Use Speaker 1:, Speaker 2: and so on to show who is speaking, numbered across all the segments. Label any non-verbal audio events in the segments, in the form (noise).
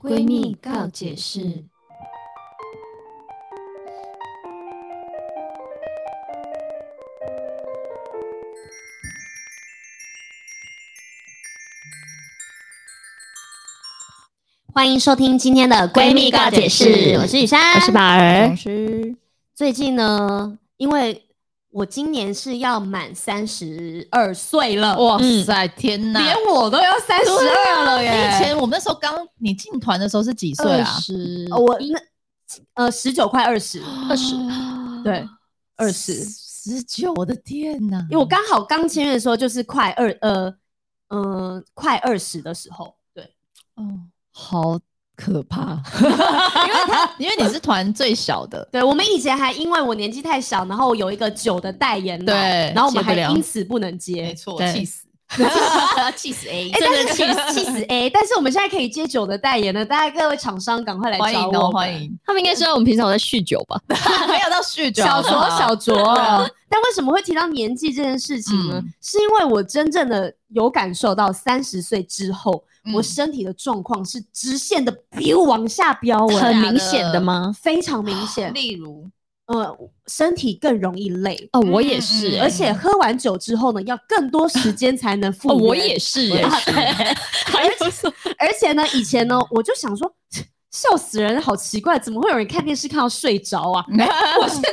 Speaker 1: 闺蜜告解释。欢迎收听今天的闺蜜告解释，我是雨珊，
Speaker 2: 我是宝儿。
Speaker 3: 师，
Speaker 1: 最近呢，因为我今年是要满三十二岁了，
Speaker 3: 哇塞，天哪！
Speaker 1: 连我都要三十二了耶！
Speaker 3: 你以前我们那时候刚你进团的时候是几岁啊？
Speaker 2: 十
Speaker 1: 呃我那呃十九快二十，
Speaker 2: 二十，
Speaker 1: 对，二十，
Speaker 3: 十九，我的天哪！
Speaker 1: 因为我刚好刚签约的时候就是快二呃呃快二十的时候，对，
Speaker 3: 哦，好可怕，因为他因为你是团最小 (laughs) 的，
Speaker 1: 对我们以前还因为我年纪太小，然后有一个酒的代言人，
Speaker 3: 对
Speaker 1: 然后我们
Speaker 3: 接
Speaker 1: 还
Speaker 3: 不了
Speaker 1: 因此不能接，
Speaker 3: 错
Speaker 2: 对
Speaker 3: 死，
Speaker 2: (laughs) 气死 A，
Speaker 1: 哎，但是气
Speaker 3: (laughs)
Speaker 1: 气死 A，但是我们现在可以接酒的代言了，大家各位厂商赶快来
Speaker 3: 欢迎
Speaker 1: 找
Speaker 3: 哦，
Speaker 1: 我，
Speaker 3: 欢。迎， (laughs)
Speaker 2: 他们应该知道我们平常有在酗酒吧？
Speaker 3: 没有到酗酒，好
Speaker 1: 小酌
Speaker 3: 不好
Speaker 1: 小酌，哦但为什么会提到年纪这件事情呢？
Speaker 3: 啊嗯
Speaker 1: 是因为我真正的有感受到三十岁之后，
Speaker 3: 嗯，
Speaker 1: 我身体的状况是直线的飙往下飙、欸，
Speaker 2: 很明显的吗？
Speaker 1: 非常明显
Speaker 3: 例如
Speaker 1: 呃，身体更容易累，
Speaker 2: 哦，我也是
Speaker 3: 嗯，
Speaker 1: 而且喝完酒之后呢，要更多
Speaker 3: (laughs)
Speaker 1: 时间才能复
Speaker 2: 哦，
Speaker 1: 原。
Speaker 2: 我也是，哎， (laughs) 还有什么
Speaker 1: 而且呢，以前呢，我就想说，笑死人，好奇怪，怎么会有人看电视看到睡着啊？我现在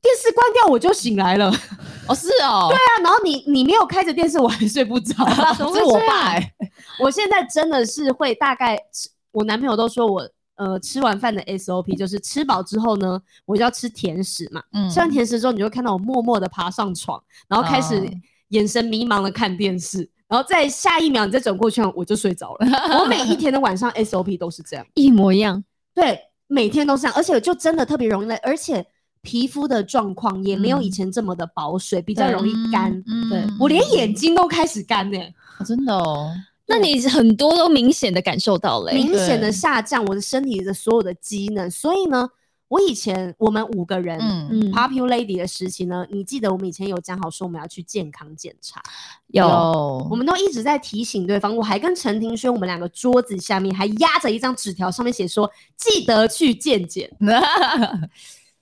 Speaker 1: 电视关掉我就醒来了。 (laughs)
Speaker 3: 哦是哦，对
Speaker 1: 对啊，然后你你没有开着电视，我还睡不着，
Speaker 3: (laughs) 怎么
Speaker 1: 这
Speaker 3: 会
Speaker 1: 是我
Speaker 3: 这样
Speaker 1: 爸、欸。我现在真的是会大概吃，我男朋友都说我呃吃完饭的 SOP 就是吃饱之后呢，我就要吃甜食嘛。
Speaker 3: 嗯
Speaker 1: 吃完甜食之后，你就会看到我默默的爬上床，然后开始
Speaker 3: 哦
Speaker 1: 眼神迷茫的看电视。然后在下一秒，你再转过去，我就睡着
Speaker 3: (laughs)
Speaker 1: 了。我每一天的晚上 SOP 都是这样，
Speaker 2: 一模一样，
Speaker 1: 对，每天都这样，而且就真的特别容易累，而且皮肤的状况也没有以
Speaker 3: 嗯
Speaker 1: 前这么的保水，比较容易
Speaker 3: 嗯
Speaker 1: 干。
Speaker 3: 嗯
Speaker 2: 对
Speaker 1: 我连眼睛都开始干呢、
Speaker 3: 哦真的哦，
Speaker 2: 那你很多都明显的感受到欸嘞、
Speaker 1: 明显的
Speaker 3: 对
Speaker 1: 下降我的身体的所有的机能。所以呢，我以前我们五个人、
Speaker 3: 嗯，
Speaker 2: 嗯
Speaker 1: p o p u Lady 的时期呢，你记得我们以前有讲好说我们要去健康检查，
Speaker 2: 有
Speaker 1: 我
Speaker 3: 有
Speaker 1: 们都一直在提醒对方。我还跟陈庭轩，我们两个桌子下面还压着一张纸条，上面写说记得去健检。
Speaker 3: (laughs)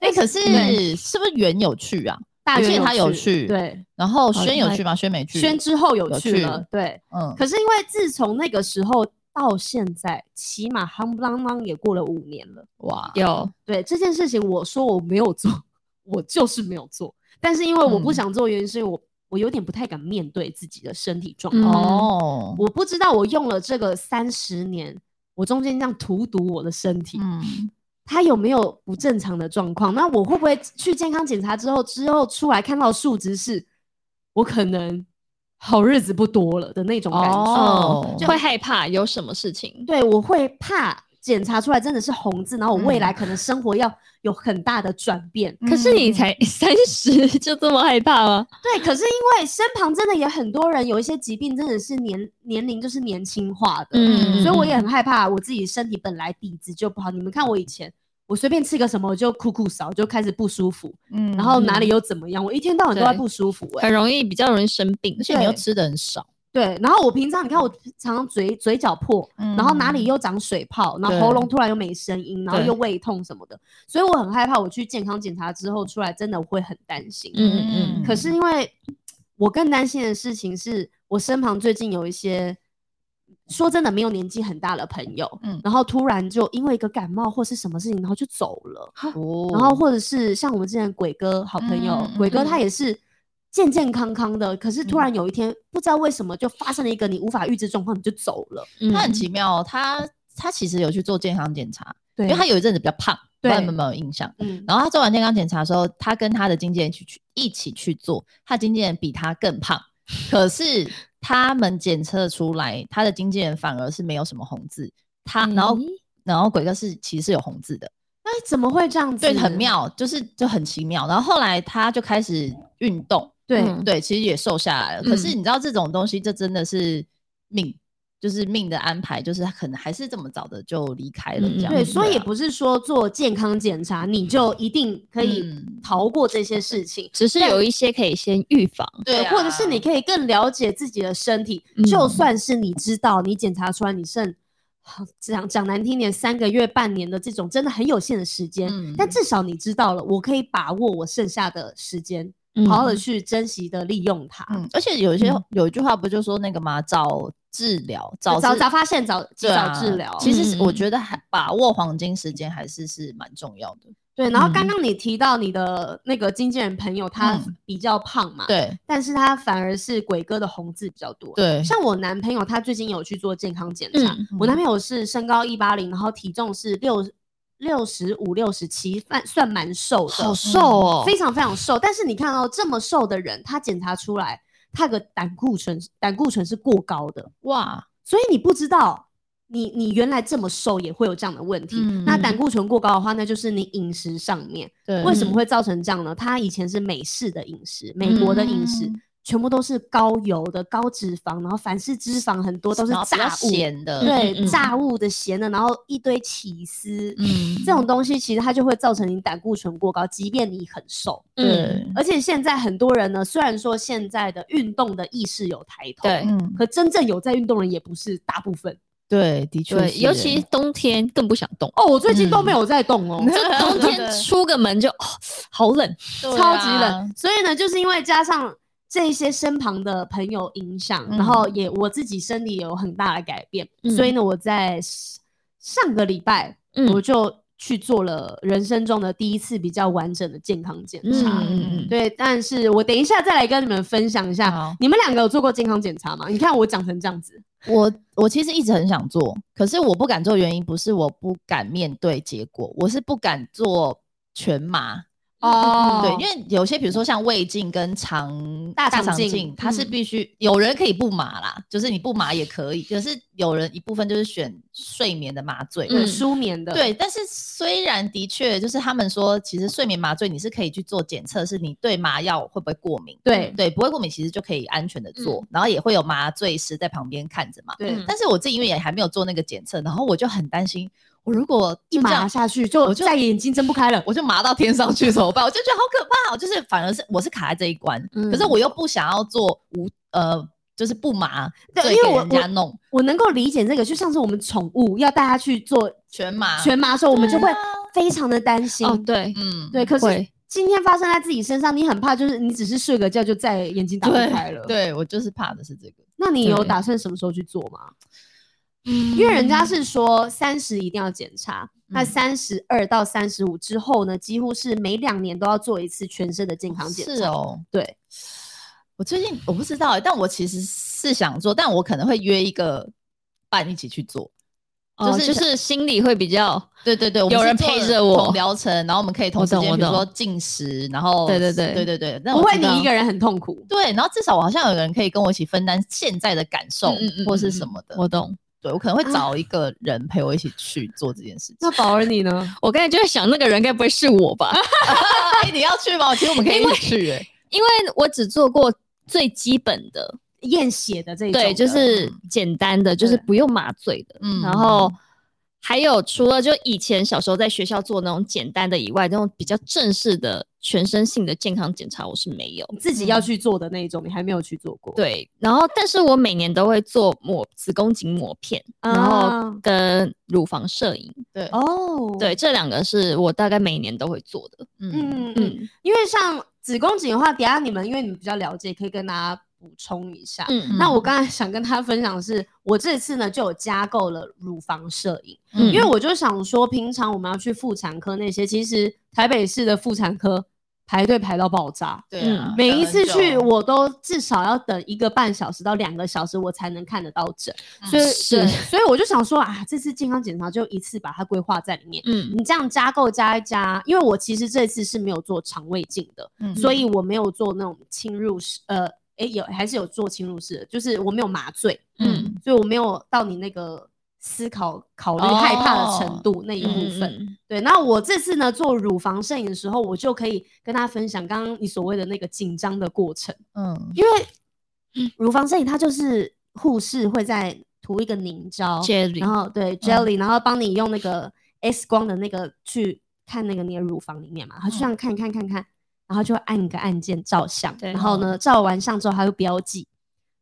Speaker 3: 哎、可
Speaker 2: 对
Speaker 3: 是是不是袁有去啊？
Speaker 1: 大
Speaker 3: 我记
Speaker 1: 圆
Speaker 3: 得
Speaker 1: 有
Speaker 3: 他有去
Speaker 1: 对，
Speaker 3: 然后
Speaker 2: 好
Speaker 3: 轩有
Speaker 2: 那
Speaker 3: 去吗？轩没去。
Speaker 1: 轩之后有
Speaker 3: 有
Speaker 1: 去
Speaker 3: 去
Speaker 1: 了，对。
Speaker 3: 嗯，
Speaker 1: 可是因为自从那个时候到现在，起码夯不啷啷也过了五年了。
Speaker 3: 哇，
Speaker 2: 有，
Speaker 1: 对这件事情，我说我没有做，我就是没有做。但是因为我不
Speaker 3: 嗯
Speaker 1: 想做，原因是因为我我有点不太敢面对自己的身体状
Speaker 2: 嗯
Speaker 1: 况。
Speaker 3: 哦，
Speaker 1: 我不知道我用了这个三十年，我中间这样荼毒我的身体，
Speaker 3: 嗯，
Speaker 1: 它有没有不正常的状况？那我会不会去健康检查之后，之后出来看到数值是，我可能好日子不多了的那种感觉？
Speaker 3: 哦，
Speaker 2: 会害怕有什么事情？
Speaker 1: 对，我会怕检查出来真的是红字，然后我未
Speaker 3: 嗯
Speaker 1: 来可能生活要有很大的转变。
Speaker 2: 可是你才三十就这么害怕吗？
Speaker 1: 对，可是因为身旁真的也很多人有一些疾病，真的是年年龄就是年轻化的，
Speaker 2: 嗯
Speaker 1: 所以我也很害怕我自己身体本来底子就不好。你们看我以前，我随便吃个什么我就哭哭少，就开始不舒服，
Speaker 3: 嗯，
Speaker 1: 然后
Speaker 3: 嗯
Speaker 1: 哪里又怎么样，我一天到晚都在
Speaker 3: 对
Speaker 1: 不舒服、欸，
Speaker 2: 很容易比较容易生病嗯
Speaker 3: 而，且你又
Speaker 1: 对
Speaker 3: 吃的很少，
Speaker 1: 对，然后我平常你看我常常嘴嘴角破，
Speaker 3: 嗯
Speaker 1: 然后哪里又长水泡，然后
Speaker 3: 对
Speaker 1: 喉咙突然又没声音，然后
Speaker 3: 对
Speaker 1: 又胃痛什么的，所以我很害怕我去健康检查之后出来真的我会很担心。
Speaker 2: 嗯嗯嗯
Speaker 1: 可是因为我更担心的事情是我身旁最近有一些说真的没有年纪很大的朋友，
Speaker 3: 嗯
Speaker 1: 然后突然就因为一个感冒或是什么事情，然后就走了，
Speaker 3: 哦，
Speaker 1: 然后或者是像我们之前鬼哥好朋友、
Speaker 3: 嗯嗯
Speaker 1: 鬼哥，
Speaker 3: 嗯
Speaker 1: 他也是。健健康康的，可是突然有一天，不知道为什么就发生了一个你无法预知状况，你就走了。
Speaker 2: 嗯
Speaker 3: 他很奇妙哦，他他其实有去做健康检查，
Speaker 1: 对
Speaker 3: 因为他有一阵子比较胖，不知道
Speaker 1: 对
Speaker 3: 你们有没有印象？
Speaker 1: 嗯，
Speaker 3: 然后他做完健康检查的时候，他跟他的经纪人一起去一起去做，他经纪人比他更胖，可是他们检测出来，他的经纪人反而是没有什么红字，他然后、
Speaker 2: 咦
Speaker 3: 然后鬼哥是其实是有红字的，
Speaker 1: 哎，怎么会这样子？
Speaker 3: 对，很。妙，就是就很奇妙。然后后来他就开始运动，
Speaker 1: 对，
Speaker 2: 嗯
Speaker 3: 对，其实也瘦下来了。可是
Speaker 2: 嗯
Speaker 3: 你知道这种东西，这真的是命。就是命的安排，就是他可能还是这么早的就离开了，
Speaker 2: 嗯嗯
Speaker 3: 这样
Speaker 1: 对，
Speaker 3: 子
Speaker 1: 所以也
Speaker 3: 啊
Speaker 1: 不是说做健康检查你就一定可以
Speaker 3: 嗯
Speaker 1: 逃过这些事情，
Speaker 2: 只是有一些可以先预防。
Speaker 3: 对啊，
Speaker 1: 呃或者是你可以更了解自己的身体。就
Speaker 2: 嗯
Speaker 1: 算是你知道你检查出来你剩好讲讲难听点，三个月、半年的这种真的很有限的时间，
Speaker 3: 嗯
Speaker 1: 但至少你知道了，我可以把握我剩下的时间，好好的去珍惜的利用它。
Speaker 3: 嗯，而且有一些、
Speaker 2: 嗯
Speaker 3: 有一句话不就说那个嘛，早治疗，
Speaker 1: 早
Speaker 3: 治
Speaker 1: 早早发现，早及
Speaker 3: 对啊
Speaker 1: 早治疗。
Speaker 3: 其实是我
Speaker 2: 嗯
Speaker 3: 觉得还把握黄金时间还是是蛮重要的。
Speaker 1: 对，然后刚
Speaker 2: 嗯
Speaker 1: 刚你提到你的那个经纪人朋友，他
Speaker 3: 嗯
Speaker 1: 比较胖嘛，
Speaker 3: 对
Speaker 1: 但是他反而是鬼哥的红字比较多。
Speaker 3: 对
Speaker 1: 像我男朋友，他最近有去做健康检查。
Speaker 2: 嗯
Speaker 1: 我男朋友是身高一八零，然后体重是六六十五、六十七，算算蛮瘦的，
Speaker 2: 好
Speaker 3: 嗯
Speaker 2: 瘦哦，
Speaker 1: 非常非常瘦。但是你看哦，这么瘦的人，他检查出来他的胆固醇胆固醇是过高的，
Speaker 3: 哇，
Speaker 1: 所以你不知道。你你原来这么瘦也会有这样的问题，
Speaker 3: 嗯
Speaker 1: 那胆固醇过高的话，那就是你饮食上面
Speaker 3: 对，
Speaker 1: 为什
Speaker 2: 嗯
Speaker 1: 么会造成这样呢？他以前是美式的饮食，美国的饮食、
Speaker 3: 嗯
Speaker 1: 全部都是高油的、高脂肪，然后凡是脂肪很多都
Speaker 3: 嗯
Speaker 1: 是
Speaker 3: 然后比较
Speaker 1: 炸物，
Speaker 3: 咸的，
Speaker 1: 对，
Speaker 2: 嗯嗯嗯
Speaker 1: 炸物的咸的，然后一堆起司。
Speaker 3: 嗯，
Speaker 1: 这种东西其实它就会造成你胆固醇过高，即便你很瘦。
Speaker 3: 对，
Speaker 1: 而且现在很多人呢，虽然说现在的运动的意识有抬头，
Speaker 2: 对
Speaker 3: 嗯，
Speaker 1: 可真正有在运动的人也不是大部分。
Speaker 3: 对，的确
Speaker 2: 对，
Speaker 3: 是
Speaker 2: 尤其
Speaker 3: 欸
Speaker 2: 冬天更不想动，
Speaker 1: 哦，我最近都没有在动哦，
Speaker 2: 冬天出个门就哦好冷，
Speaker 3: 对
Speaker 1: 超级
Speaker 3: 啊
Speaker 1: 冷。所以呢，就是因为加上这些身旁的朋友影响，
Speaker 3: 嗯
Speaker 1: 然后也我自己身体有很大的改变，
Speaker 2: 嗯
Speaker 1: 所以呢，我在上上个礼拜、我
Speaker 2: 嗯
Speaker 1: 就去做了人生中的第一次比较完整的健康检
Speaker 2: 嗯
Speaker 1: 查。
Speaker 2: 嗯嗯，
Speaker 1: 对，但是我等一下再来跟你们分享一下
Speaker 3: 好，
Speaker 1: 你们两个有做过健康检查吗？你看我讲成这样子，
Speaker 3: 我我其实一直很想做，可是我不敢做，原因不是我不敢面对结果，我是不敢做全麻。
Speaker 1: 哦
Speaker 3: 对，因为有些比如说像胃镜跟肠
Speaker 1: 大肠
Speaker 3: 肠
Speaker 1: 镜
Speaker 3: 镜，它是
Speaker 1: 嗯
Speaker 3: 必须、有人可以不麻啦，就是你不麻也可以，可是有人一部分就是选睡眠的麻醉。
Speaker 1: 很
Speaker 2: 嗯
Speaker 1: 舒眠的，
Speaker 3: 对，但是虽然的确就是他们说，其实睡眠麻醉你是可以去做检测，是你对麻药会不会过敏。
Speaker 1: 对
Speaker 3: 对，不会过敏其实就可以安全的做，然后也会有麻醉师在旁边看着嘛。
Speaker 1: 嗯对，
Speaker 2: 嗯
Speaker 3: 但是我自己因为也还没有做那个检测，然后我就很担心，我如果
Speaker 1: 一
Speaker 3: 就这
Speaker 1: 麻
Speaker 3: 样，
Speaker 1: 下去就
Speaker 3: 我就
Speaker 1: 再也眼睛睁不开了。
Speaker 3: 我就麻到天上去 (laughs) 怎么办？我就觉得好可怕、哦，就是反而是我是卡在这一关，
Speaker 1: 嗯
Speaker 3: 可是我又不想要做无呃，就是不麻，
Speaker 1: 对
Speaker 3: 所以
Speaker 1: 因为
Speaker 3: 给
Speaker 1: 我
Speaker 3: 人家弄
Speaker 1: 我能够理解这个，就像是我们宠物要带它去做
Speaker 3: 全麻，
Speaker 1: 全麻的时候，我们就会非常的担心。
Speaker 2: 哦对，
Speaker 3: 嗯，
Speaker 1: 对，可是
Speaker 2: 会
Speaker 1: 今天发生在自己身上，你很怕，就是你只是睡个觉就再也眼睛打不开了。，
Speaker 3: 对我就是怕的是这个，
Speaker 1: 那你有
Speaker 2: 对
Speaker 1: 打算什么时候去做吗？
Speaker 3: 嗯
Speaker 1: 因为人家是说三十一定要检查，那
Speaker 3: 嗯
Speaker 1: 三十二到三十五之后呢，几乎是每两年都要做一次全身的健康检查。
Speaker 3: 是，哦，
Speaker 1: 对，
Speaker 3: 我最近我不知道、欸，但我其实是想做，但我可能会约一个伴一起去做。
Speaker 2: 哦
Speaker 3: 就是
Speaker 2: 就是心里会比较
Speaker 3: 对对对，我们
Speaker 2: 有
Speaker 3: 是
Speaker 2: 人
Speaker 3: 做
Speaker 2: 陪
Speaker 3: 了
Speaker 2: 着我
Speaker 3: 同疗程，然后我们可以同
Speaker 2: 我
Speaker 3: 时
Speaker 2: 懂
Speaker 3: 间，
Speaker 2: 我
Speaker 3: 比如
Speaker 2: 懂
Speaker 3: 说进食，然后
Speaker 2: 对对对
Speaker 3: 对对对，那
Speaker 1: 不
Speaker 3: 我
Speaker 1: 会
Speaker 3: 知
Speaker 1: 你
Speaker 3: 道
Speaker 1: 一个人很痛苦。
Speaker 3: 对，然后至少我好像有个人可以跟我一起分担现在的感受
Speaker 2: 嗯嗯嗯
Speaker 3: 或是
Speaker 2: 嗯
Speaker 3: 什
Speaker 2: 嗯
Speaker 3: 么的，
Speaker 2: 我懂。
Speaker 3: 对我可能会找一个人陪我一起去做这件事情
Speaker 1: (laughs) 那。宝儿你呢？
Speaker 2: 我刚才就在想，那个人该不会是我吧？
Speaker 3: 哎，你要去吗？其实我们可以一起去，哎，
Speaker 2: (laughs) 因为我只做过最基本的，
Speaker 1: 验血的这一种的
Speaker 2: 对，就是
Speaker 3: 嗯
Speaker 2: 简单的，就是
Speaker 1: 对
Speaker 2: 不用麻醉的。
Speaker 3: 嗯
Speaker 2: 然后还有除了就以前小时候在学校做那种简单的以外，那种比较正式的全身性的健康检查我是没有。
Speaker 1: 你自己要去做的那一种，你还没有去做过。，
Speaker 2: 对，然后但是我每年都会做抹子宫颈抹片，然后
Speaker 1: 啊
Speaker 2: 跟乳房摄影，
Speaker 3: 对，
Speaker 1: 哦，
Speaker 2: 对，这两个是我大概每年都会做的。
Speaker 3: 嗯，
Speaker 1: 嗯嗯嗯，
Speaker 2: 嗯
Speaker 1: 因为像子宫颈的话，等一下你们因为你们比较了解，可以跟大家补充一下。
Speaker 2: 嗯
Speaker 1: 那我刚才想跟他分享的是，我这次呢就有加购了乳房摄影，
Speaker 2: 嗯
Speaker 1: 因为我就想说，平常我们要去妇产科那些，其实台北市的妇产科排队排到爆炸，
Speaker 3: 对啊
Speaker 2: 嗯，
Speaker 1: 每一次去
Speaker 3: 我
Speaker 1: 我都至少要等一个半小时到两个小时，我才能看得到诊。所以，
Speaker 2: 是
Speaker 1: 对所以我就想说啊，这次健康检查就一次把它规划在里面。
Speaker 2: 嗯
Speaker 1: 你这样加购加一加，因为我其实这次是没有做肠胃镜的，
Speaker 3: 嗯
Speaker 2: 嗯
Speaker 1: 所以我没有做那种侵入式，呃，诶、有还是有做侵入式的，就是我没有麻醉，
Speaker 2: 嗯
Speaker 1: 所以我没有到你那个思考、考虑、害怕的程度那一部分。
Speaker 2: 嗯
Speaker 1: 对，那我这次呢做乳房摄影的时候，我就可以跟大家分享刚刚你所谓的那个紧张的过程，
Speaker 3: 嗯，
Speaker 1: 因
Speaker 2: 嗯
Speaker 1: 为乳房摄影它就是护士会在涂一个凝胶，
Speaker 2: ，Jelly，
Speaker 1: 然后
Speaker 2: 嗯
Speaker 1: 对 jelly，、然后帮你用那个 X 光的那个去看那个你的乳房里面
Speaker 2: 嗯
Speaker 1: 嘛，他就这样看看看看，然后就按一个按键照相，
Speaker 2: 对
Speaker 1: 然后呢照完相之后他就标记，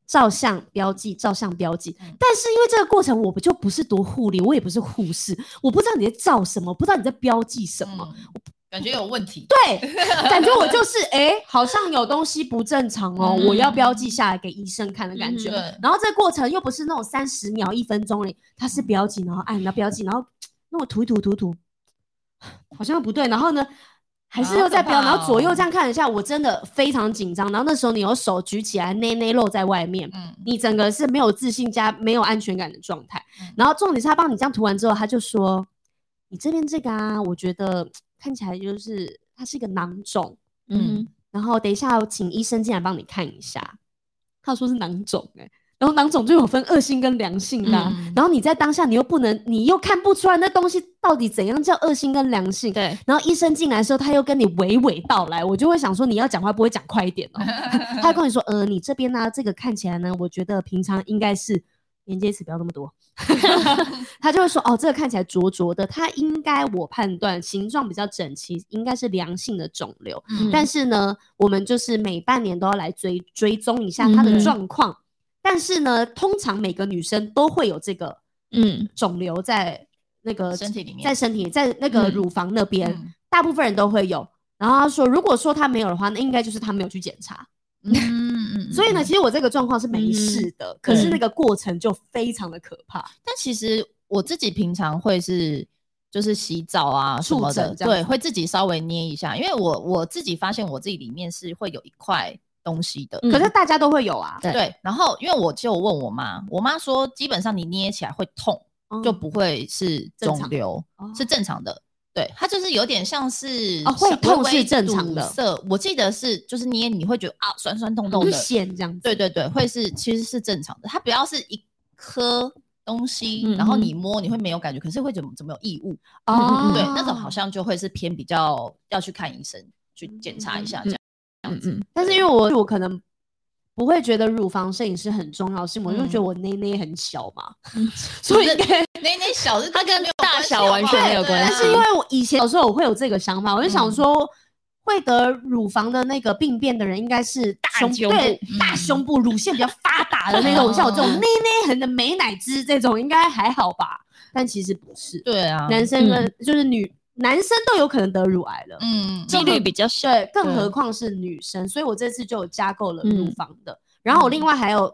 Speaker 1: 照相标记，照相标记
Speaker 3: 嗯。
Speaker 1: 但是因为这个过程，我不就不是读护理，我也不是护士，我不知道你在照什么，不知道你在标记什么。
Speaker 3: 嗯感觉有问题。
Speaker 1: 对，
Speaker 2: 嗯
Speaker 1: 感觉我就是哎、诶好像有东西不正常哦，
Speaker 2: 嗯
Speaker 1: 我要标记下来给医生看的感觉。
Speaker 2: 嗯
Speaker 3: 对
Speaker 1: 然后这过程又不是那种三十秒、一分钟嘞，它
Speaker 3: 嗯
Speaker 1: 是标记，然后按，然后标记，然后那我涂一涂涂一涂，好像不对，然后呢？还是
Speaker 3: 啊好
Speaker 1: 又在
Speaker 3: 可
Speaker 1: 标，
Speaker 3: 怕
Speaker 1: 然后左右
Speaker 3: 哦
Speaker 1: 这样看一下，我真的非常紧张。然后那时候你有手举起来，内内露在外面，
Speaker 3: 嗯，
Speaker 1: 你整个是没有自信加没有安全感的状态
Speaker 3: 嗯。
Speaker 1: 然后重点是他帮你这样涂完之后，他就说：“你这边这个啊，我觉得看起来就是它是一个囊肿，
Speaker 2: 嗯
Speaker 3: 嗯，
Speaker 1: 然后等一下我请医生进来帮你看一下。”他说是囊肿哎、然后囊肿就有分恶性跟良性的啊、
Speaker 3: 嗯
Speaker 1: 然后你在当下你又不能，你又看不出来那东西到底怎样叫恶性跟良性。
Speaker 2: 对，
Speaker 1: 然后医生进来的时候，他又跟你娓娓道来，我就会想说你要讲话不会讲快一点哦。他跟你说，呃，你这边呢、这个看起来呢，我觉得平常应该是连接词不要那么多。 (laughs) 他就会说，哦，这个看起来浊浊的，它应该我判断形状比较整齐，应该是良性的肿瘤。
Speaker 3: 嗯
Speaker 1: 但是呢，我们就是每半年都要来追追踪一下它
Speaker 2: 嗯
Speaker 1: 的
Speaker 2: 哼
Speaker 1: 状况。但是呢，通常每个女生都会有这个
Speaker 2: 嗯
Speaker 1: 肿瘤在那个
Speaker 3: 身体里面
Speaker 1: 在身体在那个
Speaker 2: 嗯
Speaker 1: 乳房那边，
Speaker 3: 嗯
Speaker 1: 大部分人都会有。然后他说，如果说他没有的话，那应该就是他没有去检查。
Speaker 3: 嗯嗯嗯
Speaker 1: 所以呢，
Speaker 3: 嗯
Speaker 1: 其实我这个状况是没事的，可是
Speaker 2: 对
Speaker 1: 那个过程就非常的可怕。
Speaker 3: 但其实我自己平常会是就是洗澡啊什
Speaker 1: 触
Speaker 3: 么的，
Speaker 1: 诊这样
Speaker 3: 对，
Speaker 1: 子
Speaker 3: 会自己稍微捏一下，因为我我自己发现我自己里面是会有一块东西的。
Speaker 2: 嗯
Speaker 1: 可是大家都会有啊，
Speaker 2: 对
Speaker 3: 对，然后因为我就问我妈，我妈说基本上你捏起来会痛，
Speaker 1: 嗯
Speaker 3: 就不会是
Speaker 1: 正
Speaker 3: 肿
Speaker 1: 常
Speaker 3: 瘤，
Speaker 1: 哦
Speaker 3: 是正常的。对，它就是有点像是
Speaker 1: 哦会
Speaker 3: 小
Speaker 1: 痛
Speaker 3: 微微
Speaker 1: 是正常的
Speaker 3: 堵塞我记得是就是捏你会觉得啊酸酸痛痛
Speaker 1: 就
Speaker 3: 的，
Speaker 1: 线这样子。
Speaker 3: 对对对，会是其实是正常的，它不要是一颗东西，然后
Speaker 2: 嗯
Speaker 3: 你摸你会没有感觉，可是会怎么怎么有异物？
Speaker 1: 哦，
Speaker 3: 对，那种好。像就会是偏比较要去看医生去检查一下这样。
Speaker 2: 嗯嗯，
Speaker 1: 但是因为我我可能不会觉得乳房摄影师很重要，是因为我就
Speaker 3: 嗯
Speaker 1: 觉得我内内很小嘛，
Speaker 2: 嗯
Speaker 1: 所以应该
Speaker 3: 那那小是
Speaker 2: 它跟
Speaker 3: 没有
Speaker 2: 大
Speaker 3: 关系
Speaker 2: 小
Speaker 3: 好
Speaker 2: 完
Speaker 3: 不好
Speaker 2: 全没有
Speaker 3: 对
Speaker 2: 关
Speaker 3: 啊
Speaker 1: 但是因为我以前有时候我会有这个想法，我就想
Speaker 3: 嗯
Speaker 1: 说，会得乳房的那个病变的人，应该是大
Speaker 2: 大
Speaker 1: 胸
Speaker 2: 胸
Speaker 1: 对
Speaker 3: 部
Speaker 1: 大
Speaker 3: 嗯
Speaker 1: 胸部、乳腺比较发达的那
Speaker 3: (laughs)
Speaker 1: 种，像我这种
Speaker 3: 哦
Speaker 1: 内内横的美乃滋这种，应该还好吧？但其实不是，
Speaker 3: 对啊，
Speaker 1: 男生跟就是女男生都有可能得乳癌了，
Speaker 3: 嗯
Speaker 2: 几率比较小，
Speaker 1: 对，更
Speaker 3: 对
Speaker 1: 何况是女生，所以我这次就有加购了乳
Speaker 2: 嗯
Speaker 1: 房的，然后我
Speaker 3: 嗯
Speaker 1: 另外还有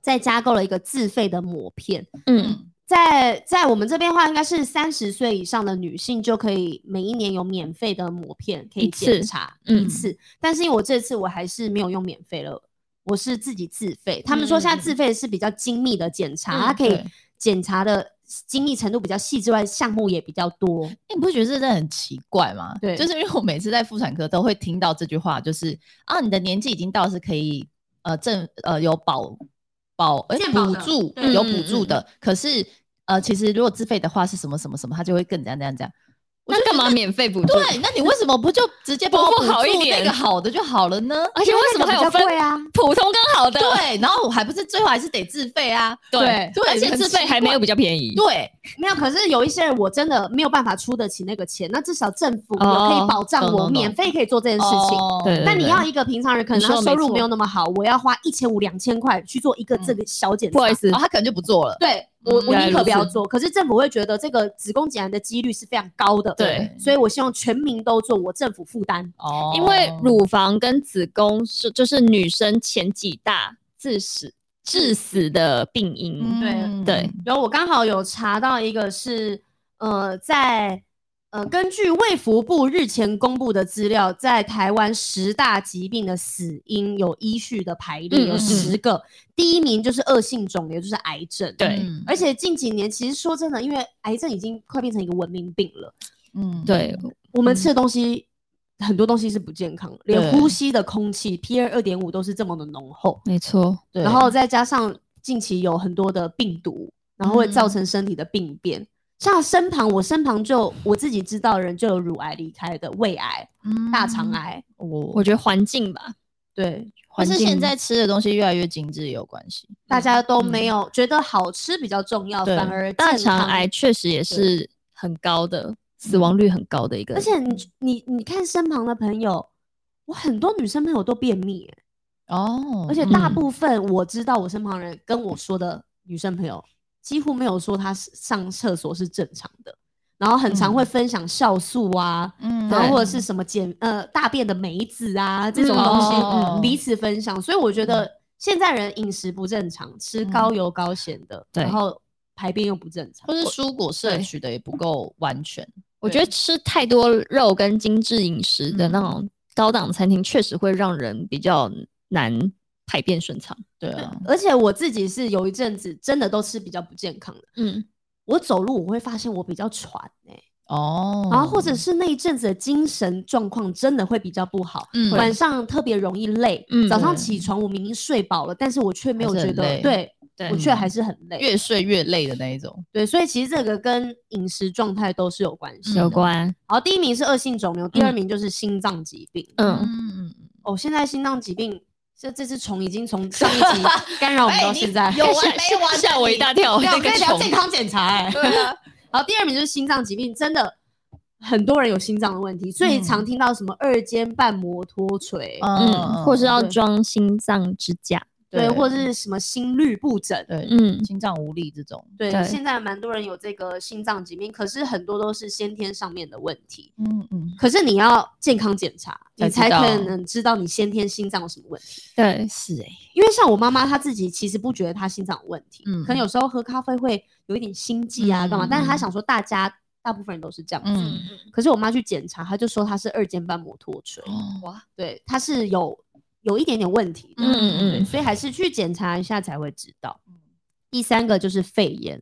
Speaker 1: 再加购了一个自费的膜片。
Speaker 2: 嗯
Speaker 1: 在在我们这边的话，应该是三十岁以上的女性就可以每一年有免费的膜片可以
Speaker 2: 一次
Speaker 1: 检查
Speaker 2: 嗯
Speaker 1: 一次，但是因为我这次我还是没有用免费了，我是自己自费。他们说现在自费是比较精密的检查，
Speaker 2: 嗯
Speaker 1: 它可以
Speaker 3: 对
Speaker 1: 检查的精密程度比较细之外，项目也比较多。
Speaker 3: 欸你不觉得这真的很奇怪吗？
Speaker 1: 对
Speaker 3: 就是因为我每次在妇产科都会听到这句话，就是啊，你的年纪已经到是可以呃正呃有保保哎
Speaker 1: 健保
Speaker 3: 补
Speaker 1: 的
Speaker 3: 助
Speaker 1: 对
Speaker 3: 有
Speaker 2: 嗯
Speaker 3: 补
Speaker 2: 嗯
Speaker 3: 助
Speaker 2: 嗯
Speaker 3: 的，可是呃其实如果自费的话是什么什么什么，他就会更这样这样这样。我
Speaker 2: 那
Speaker 3: 就
Speaker 2: 干
Speaker 3: 觉
Speaker 2: 嘛
Speaker 3: 得？
Speaker 2: 免费补助？
Speaker 3: 对，那你为什么不就直接帮
Speaker 2: 不
Speaker 3: 我
Speaker 2: 不
Speaker 3: 补助
Speaker 2: 好一
Speaker 3: 那
Speaker 2: 点啊
Speaker 3: 个好的就好了呢？
Speaker 2: 而且为什么还有
Speaker 1: 因为那个比
Speaker 2: 分
Speaker 1: 较贵啊？
Speaker 2: 普通跟好的，
Speaker 3: 对，然后我还不是最后还是得自费啊？
Speaker 1: 对
Speaker 3: 对，
Speaker 2: 而且
Speaker 3: 很
Speaker 2: 自费
Speaker 3: 奇
Speaker 2: 还没
Speaker 3: 怪
Speaker 2: 有比较便宜，
Speaker 3: 对，
Speaker 1: 没有，可是有一些人我真的没有办法出得起那个钱，那至少政府有
Speaker 2: 哦
Speaker 1: 可以保障
Speaker 3: 懂懂
Speaker 1: 我
Speaker 3: 懂
Speaker 1: 免费可以做这件事情。
Speaker 3: 哦
Speaker 2: 对对
Speaker 1: 但你
Speaker 2: 对
Speaker 1: 要一个平常人，可
Speaker 2: 你
Speaker 1: 能他
Speaker 2: 说的
Speaker 1: 收
Speaker 2: 没
Speaker 1: 入
Speaker 2: 错
Speaker 1: 没有那么好，我要花一千五两千块去做一个这
Speaker 3: 嗯
Speaker 1: 个小检查。
Speaker 2: 不好意思
Speaker 3: 然后，他可能就不做了。
Speaker 1: 对我
Speaker 3: 嗯
Speaker 1: 我
Speaker 2: 原来
Speaker 1: 宁可
Speaker 2: 如
Speaker 1: 不要
Speaker 2: 此
Speaker 1: 做。可是政府会觉得这个子宫颈癌的几率是非常高的，
Speaker 2: 对
Speaker 1: 所以我希望全民都做，我政府负担。
Speaker 3: 哦
Speaker 2: 因为乳房跟子宫是就是女生前几大致死致死的病因，
Speaker 3: 嗯
Speaker 2: 对
Speaker 1: 然后我刚好有查到一个是，呃，在呃根据卫福部日前公布的资料，在台湾十大疾病的死因有依序的排列，
Speaker 2: 嗯
Speaker 1: 有
Speaker 3: 嗯
Speaker 1: 十个，第一名就是恶性肿瘤，就是癌症。
Speaker 2: 对
Speaker 3: 嗯
Speaker 1: 而且近几年，其实说真的，因为癌症已经快变成一个文明病了。
Speaker 3: 嗯
Speaker 2: 对，
Speaker 1: 我们吃的东西、很多东西是不健康的，连
Speaker 3: 对
Speaker 1: 呼吸的空气 P 二二点五都是这么的浓厚，
Speaker 2: 没错，
Speaker 3: 对
Speaker 1: 然后再加上近期有很多的病毒，然后会造成身体的病变。像身旁，我身旁就我自己知道的人就有乳癌离开的，胃癌、大肠，癌，
Speaker 3: 嗯我
Speaker 2: 我觉得环境吧，
Speaker 1: 对，
Speaker 3: 或
Speaker 2: 环
Speaker 3: 是
Speaker 2: 境
Speaker 3: 现在吃的东西越来越精致有关系。
Speaker 1: 大家都
Speaker 3: 嗯
Speaker 1: 没有、觉得好吃比较重要，
Speaker 3: 对
Speaker 1: 反而
Speaker 2: 大
Speaker 1: 健
Speaker 2: 肠
Speaker 1: 康
Speaker 2: 癌确实也是很高的，死亡率很高的一个，
Speaker 1: 而且你你你看身旁的朋友，我很多女生朋友都便秘、欸，
Speaker 3: 哦，
Speaker 1: 而且大
Speaker 2: 嗯
Speaker 1: 部分我知道我身旁人跟我说的女生朋友，几乎没有说她是上厕所是正常的，然后很常会分享酵素啊，
Speaker 3: 嗯
Speaker 1: 然
Speaker 2: 对
Speaker 1: 后或者是什么减呃大便的梅子啊这种
Speaker 2: 嗯
Speaker 1: 东西、
Speaker 3: 哦嗯
Speaker 1: 彼此分享，所以我觉得现在人饮食不正常，吃高油高咸的，
Speaker 2: 对
Speaker 1: 然后排便又不正常，
Speaker 3: 或是蔬果摄
Speaker 2: 对
Speaker 3: 取的也不够完全，
Speaker 2: 我觉得吃太多肉跟精致饮食的那种高档餐厅，确实会让人比较难排便顺畅。
Speaker 3: 对
Speaker 1: (clears throat)
Speaker 3: 啊，
Speaker 1: 而且我自己是有一阵子真的都吃比较不健康的，
Speaker 2: 嗯，
Speaker 1: 我走路我会发现我比较喘哎、
Speaker 3: 哦，
Speaker 1: 然后或者是那一阵子的精神状况真的会比较不好，
Speaker 2: 嗯
Speaker 1: 晚上特别容易累，
Speaker 2: 嗯
Speaker 1: 早上起床我明明睡饱了，但是我却没有
Speaker 3: 还是
Speaker 1: 觉
Speaker 3: 很
Speaker 1: 得，
Speaker 3: 累
Speaker 1: 对
Speaker 2: 对
Speaker 1: 我却还是很累，
Speaker 3: 越睡越累的那一种，
Speaker 1: 对，所以其实这个跟饮食状态都是有关系。
Speaker 2: 嗯有关。
Speaker 1: 好，第一名是恶性肿瘤，第二名就是心脏疾病。
Speaker 2: 嗯，
Speaker 3: 嗯，
Speaker 1: 哦，现在心脏疾病这这只虫已经
Speaker 2: (laughs)
Speaker 1: 从上一集干扰我们到现在，
Speaker 3: 有完没完？
Speaker 2: 吓我一大跳！
Speaker 1: 对啊，我
Speaker 2: 那
Speaker 1: 们在
Speaker 2: 个
Speaker 1: 聊
Speaker 2: 虫
Speaker 1: 健康检查、欸。
Speaker 3: 对啊，
Speaker 1: 然后第二名就是心脏疾病，真的很多人有心脏的问题，最常听到什么二尖瓣膜脱垂，
Speaker 2: 嗯，或是要
Speaker 1: 对
Speaker 2: 装心脏支架。
Speaker 1: 对，或者是什么心律不整，
Speaker 3: 对
Speaker 2: 嗯
Speaker 3: 心脏无力这种，
Speaker 1: 对，
Speaker 2: 对
Speaker 1: 现在蛮多人有这个心脏疾病，可是很多都是先天上面的问题。
Speaker 3: 嗯嗯，
Speaker 1: 可是你要健康检查，你
Speaker 3: 才
Speaker 1: 才
Speaker 3: 知道
Speaker 1: 可能知道你先天心脏有什么问题。
Speaker 2: 对，
Speaker 3: 是哎，
Speaker 1: 因为像我妈妈，她自己其实不觉得她心脏有问题，
Speaker 3: 嗯
Speaker 1: 可能有时候喝咖啡会有一点心悸啊，干嘛？
Speaker 3: 嗯
Speaker 1: 但是她想说，大家大部分人都是这样子。
Speaker 3: 嗯，
Speaker 1: 可是我妈去检查，她就说她是二尖瓣膜脱垂，
Speaker 3: 哦
Speaker 2: 哇，
Speaker 1: 对，她是有有一点点问题的，
Speaker 2: 嗯嗯
Speaker 1: 对，
Speaker 2: 嗯，
Speaker 1: 所以还是去检查一下才会知道。第三个就是肺炎，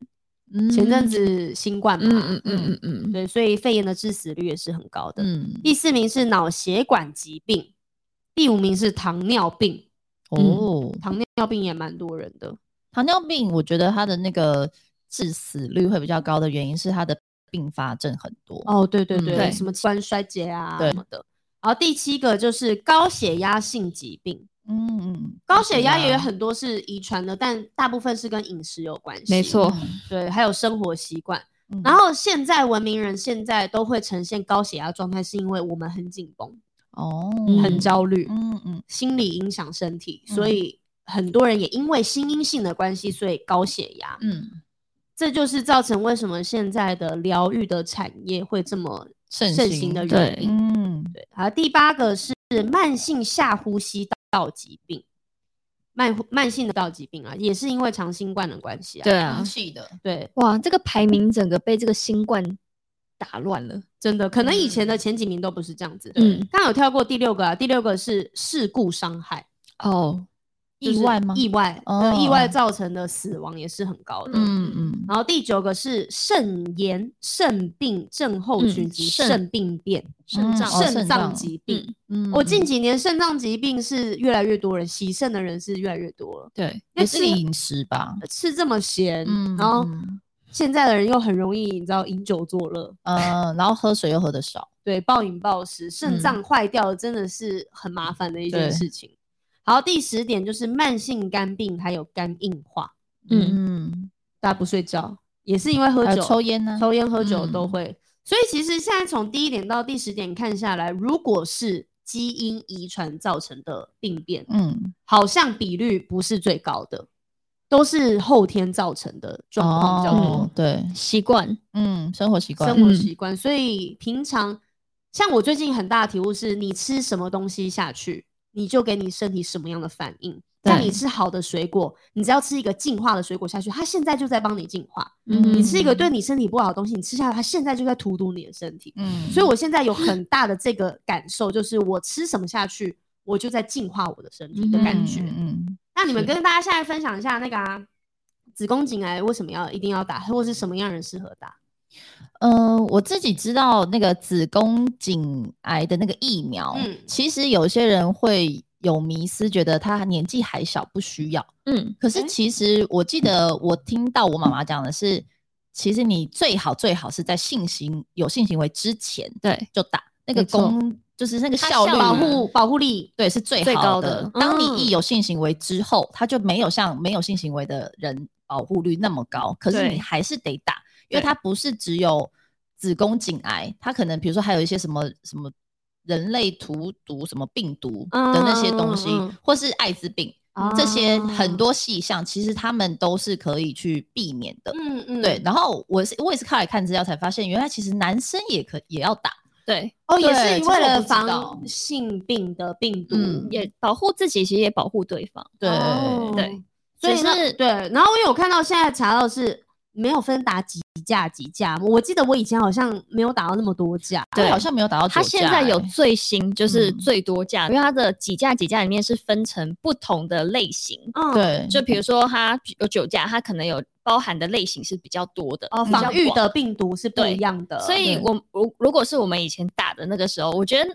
Speaker 3: 嗯
Speaker 1: 前阵，子新冠嘛，
Speaker 2: 嗯嗯嗯嗯嗯，
Speaker 1: 对，所以肺炎的致死率也是很高的。
Speaker 3: 嗯，
Speaker 1: 第四名是脑血管疾病，第五名是糖尿病，
Speaker 3: 哦，
Speaker 1: 糖尿病也蛮多人的。
Speaker 3: 糖尿病，我觉得它的那个致死率会比较高的原因是它的并发症很多，
Speaker 1: 哦，对对
Speaker 3: 嗯
Speaker 1: 对，
Speaker 2: 对
Speaker 1: 什么器官衰竭啊
Speaker 3: 对
Speaker 1: 什么的。然后第七个就是高血压性疾病，
Speaker 3: 嗯嗯，
Speaker 1: 高血压也有很多是遗传的，但大部分是跟饮食有关系。
Speaker 2: 没错，
Speaker 1: 对，还有生活习惯。
Speaker 3: 嗯，
Speaker 1: 然后现在文明人现在都会呈现高血压状态，是因为我们很紧绷、
Speaker 3: 哦，
Speaker 1: 很焦虑，
Speaker 3: 嗯嗯
Speaker 1: 心理影响身体，
Speaker 3: 嗯
Speaker 1: 所以很多人也因为心因性的关系，所以高血压。
Speaker 3: 嗯，
Speaker 1: 这就是造成为什么现在的疗愈的产业会这么
Speaker 3: 盛
Speaker 1: 盛
Speaker 3: 行
Speaker 1: 行的原
Speaker 2: 对
Speaker 1: 因。
Speaker 3: 嗯，
Speaker 1: 对，好，第八个是慢性下呼吸道疾病，慢呼慢性的道疾病啊，也是因为长新冠的关系啊。
Speaker 2: 对啊
Speaker 3: 引，起的，
Speaker 1: 对，
Speaker 2: 哇，这个排名整个被这个新冠打乱了。
Speaker 1: 真的，可能以
Speaker 3: 嗯
Speaker 1: 前的前几名都不是这样子。
Speaker 2: 嗯
Speaker 1: 刚刚有跳过第六个啊，第六个是事故伤害，
Speaker 2: 哦，
Speaker 1: 就是
Speaker 3: 意外吗
Speaker 1: 意外，
Speaker 3: 哦
Speaker 1: 对意外造成的死亡也是很高的。
Speaker 3: 嗯嗯，
Speaker 1: 然后第九个是肾炎、肾病症候群
Speaker 2: 嗯
Speaker 1: 及
Speaker 2: 肾
Speaker 1: 肾病变、嗯
Speaker 2: 肾脏
Speaker 3: 哦
Speaker 1: 肾
Speaker 3: 肾
Speaker 1: 脏
Speaker 3: 脏
Speaker 1: 疾病。
Speaker 3: 嗯
Speaker 1: 我近几年肾脏疾病是越来越多人，洗肾的人是越来越多了，
Speaker 3: 对
Speaker 1: 那
Speaker 3: 也是
Speaker 1: 是
Speaker 3: 饮食吧，
Speaker 1: 吃这么咸，
Speaker 3: 嗯，
Speaker 1: 然后
Speaker 3: 嗯
Speaker 1: 现在的人又很容易，你知道饮酒作乐，
Speaker 3: 呃，然后喝水又喝的少，
Speaker 1: 对，暴饮暴食，肾
Speaker 3: 嗯
Speaker 1: 脏坏掉了真的是很麻烦的一件
Speaker 3: 对
Speaker 1: 事情。好，第十点就是慢性肝病还有肝硬化，
Speaker 3: 嗯，
Speaker 1: 大家不睡觉也是因为喝
Speaker 3: 还有
Speaker 1: 酒、
Speaker 3: 抽烟呢，
Speaker 1: 抽烟喝酒都
Speaker 3: 嗯
Speaker 1: 会。所以其实现在从第一点到第十点看下来，如果是基因遗传造成的病变，
Speaker 3: 嗯，
Speaker 1: 好像比率不是最高的，都是后天造成的状况比较多。
Speaker 3: 哦，对，
Speaker 2: 习惯，
Speaker 3: 嗯，生活习惯，
Speaker 1: 生活
Speaker 2: 嗯
Speaker 1: 习惯，所以平常像我最近很大的体悟是，你吃什么东西下去，你就给你身体什么样的反应。像你
Speaker 3: 对
Speaker 1: 吃好的水果，你只要吃一个净化的水果下去，它现在就在帮你净化；
Speaker 2: 嗯
Speaker 1: 你吃一个对你身体不好的东西，你吃下来，它现在就在荼毒你的身体。
Speaker 3: 嗯，
Speaker 1: 所以我现在有很大的这个感受，就是我吃什么下去，我就在净化我的身体的感觉。
Speaker 3: 嗯
Speaker 1: 那你们
Speaker 3: 是
Speaker 1: 跟大家现在分享一下那个啊，子宫颈癌为什么要一定要打，或是什么样人适合打？
Speaker 3: 嗯、呃，我自己知道那个子宫颈癌的那个疫苗，
Speaker 1: 嗯
Speaker 3: 其实有些人会有迷思，觉得他年纪还小不需要。
Speaker 2: 嗯，
Speaker 3: 可是
Speaker 1: 诶
Speaker 3: 其实我记得我听到我妈妈讲的是，其实你最好最好是在性行有性行为之前
Speaker 2: 对，
Speaker 3: 就打，那个
Speaker 2: 没错
Speaker 3: 功就是那个
Speaker 2: 它
Speaker 3: 效率
Speaker 2: 效
Speaker 1: 保
Speaker 2: 率
Speaker 1: 护保护力，
Speaker 3: 对，是最
Speaker 2: 最
Speaker 3: 好
Speaker 2: 高的
Speaker 3: 当你
Speaker 1: 嗯
Speaker 3: 一有性行为之后，它就没有像没有性行为的人保护率那么高，可是
Speaker 2: 对
Speaker 3: 你还是得打，因
Speaker 2: 对
Speaker 3: 为它不是只有子宫颈癌，它可能比如说还有一些什么什么人类荼毒什么病毒的那些东西，
Speaker 1: 嗯嗯嗯哦
Speaker 3: 或是艾滋病、这些很多细项，其实他们都是可以去避免的。
Speaker 1: 嗯嗯
Speaker 3: 对，然后我是我也是靠来看资料才发现，原来其实男生也可也要打，
Speaker 2: 对，
Speaker 1: 哦，也
Speaker 3: 对
Speaker 1: 是
Speaker 3: 这
Speaker 1: 为
Speaker 3: 个我
Speaker 1: 了
Speaker 3: 不知道
Speaker 1: 防性病的病毒，
Speaker 3: 嗯
Speaker 2: 也保护自己，其实也保护对方。
Speaker 3: 对、
Speaker 1: 哦
Speaker 2: 对，
Speaker 1: 所以
Speaker 2: 只
Speaker 1: 那
Speaker 2: 是
Speaker 1: 对，然后我有看到现在查到是没有分打几架几架，我记得我以前好像没有打到那么多架，
Speaker 3: 对，
Speaker 2: 对
Speaker 3: 好像没有打到
Speaker 2: 它
Speaker 3: 九
Speaker 2: 现
Speaker 3: 架
Speaker 2: 在有
Speaker 3: 欸
Speaker 2: 最新，就是
Speaker 3: 嗯
Speaker 2: 最多架，因为它的几架几架里面是分成不同的类型，
Speaker 1: 嗯，，
Speaker 3: 对，
Speaker 2: 就比如说它有九架，它可能有包含的类型是比较多的，
Speaker 1: 哦，
Speaker 2: 比较
Speaker 1: 防御
Speaker 2: 广
Speaker 1: 的病毒是不
Speaker 2: 对
Speaker 1: 一样的，
Speaker 2: 所以
Speaker 3: 对
Speaker 2: 我，如如果是我们以前打的那个时候，我觉得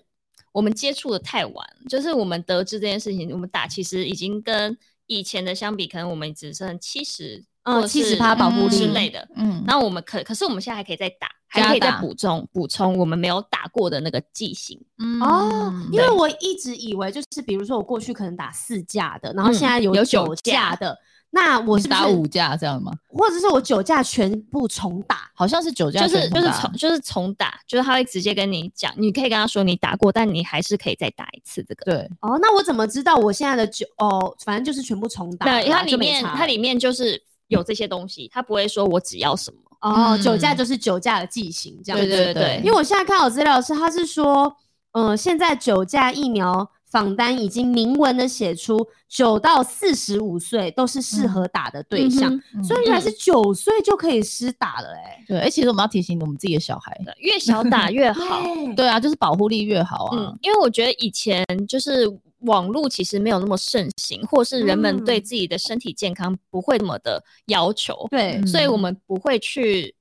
Speaker 2: 我们接触的太晚，就是我们得知这件事情，我们打其实已经跟以前的相比，可能我们只剩七十，
Speaker 1: 嗯70%
Speaker 3: 保护
Speaker 2: 之
Speaker 3: 力
Speaker 2: 类的。
Speaker 3: 嗯，
Speaker 2: 那我们可可是我们现在还可以再打，还
Speaker 3: 加
Speaker 2: 可以再
Speaker 3: 打
Speaker 2: 补充补充我们没有打过的那个剂型。
Speaker 3: 嗯
Speaker 1: 哦，因为
Speaker 3: 对
Speaker 1: 我一直以为就是，比如说我过去可能打四架的，然后
Speaker 2: 嗯
Speaker 1: 现在有
Speaker 2: 有
Speaker 1: 九
Speaker 2: 九
Speaker 1: 架
Speaker 2: 架
Speaker 1: 的，那我
Speaker 3: 你
Speaker 1: 是不
Speaker 3: 打
Speaker 1: 是
Speaker 3: 五架这样吗？
Speaker 1: 或者是我九架全部重打？
Speaker 3: 好像是九架
Speaker 2: 就
Speaker 3: 全
Speaker 2: 是
Speaker 3: 部
Speaker 2: 就是
Speaker 3: 打
Speaker 2: 重就是重打，就是他会直接跟你讲，你可以跟他说你打过，但你还是可以再打一次这个。
Speaker 3: 对，
Speaker 1: 哦，那我怎么知道我现在的九哦，反正就是全部重打
Speaker 2: 那
Speaker 1: 了啦，
Speaker 2: 它里
Speaker 1: 就没
Speaker 2: 面
Speaker 1: 差
Speaker 2: 它里面就是有这些东西，它不会说我只要什么。
Speaker 1: 哦，九架
Speaker 3: 嗯
Speaker 1: 就是九架的剂型这样
Speaker 3: 对
Speaker 1: 子。
Speaker 3: 对
Speaker 2: 对
Speaker 3: 对
Speaker 2: 对，
Speaker 1: 因为我现在看到资料是，他是说，呃，现在九价疫苗访单已经明文的写出，九到四十五岁都是适合打的对象，
Speaker 2: 嗯
Speaker 1: 所以原来是九岁就可以施打了、欸，
Speaker 3: 对，哎、其实我们要提醒我们自己的小孩，
Speaker 2: 对越小打越好。
Speaker 1: 哎，
Speaker 3: 对啊，就是保护力越好啊。
Speaker 2: 嗯，因为我觉得以前就是网络其实没有那么盛行，或是人们对
Speaker 1: 嗯
Speaker 2: 自己的身体健康不会那么的要求，
Speaker 1: 对
Speaker 3: 嗯
Speaker 2: 所以我们不会去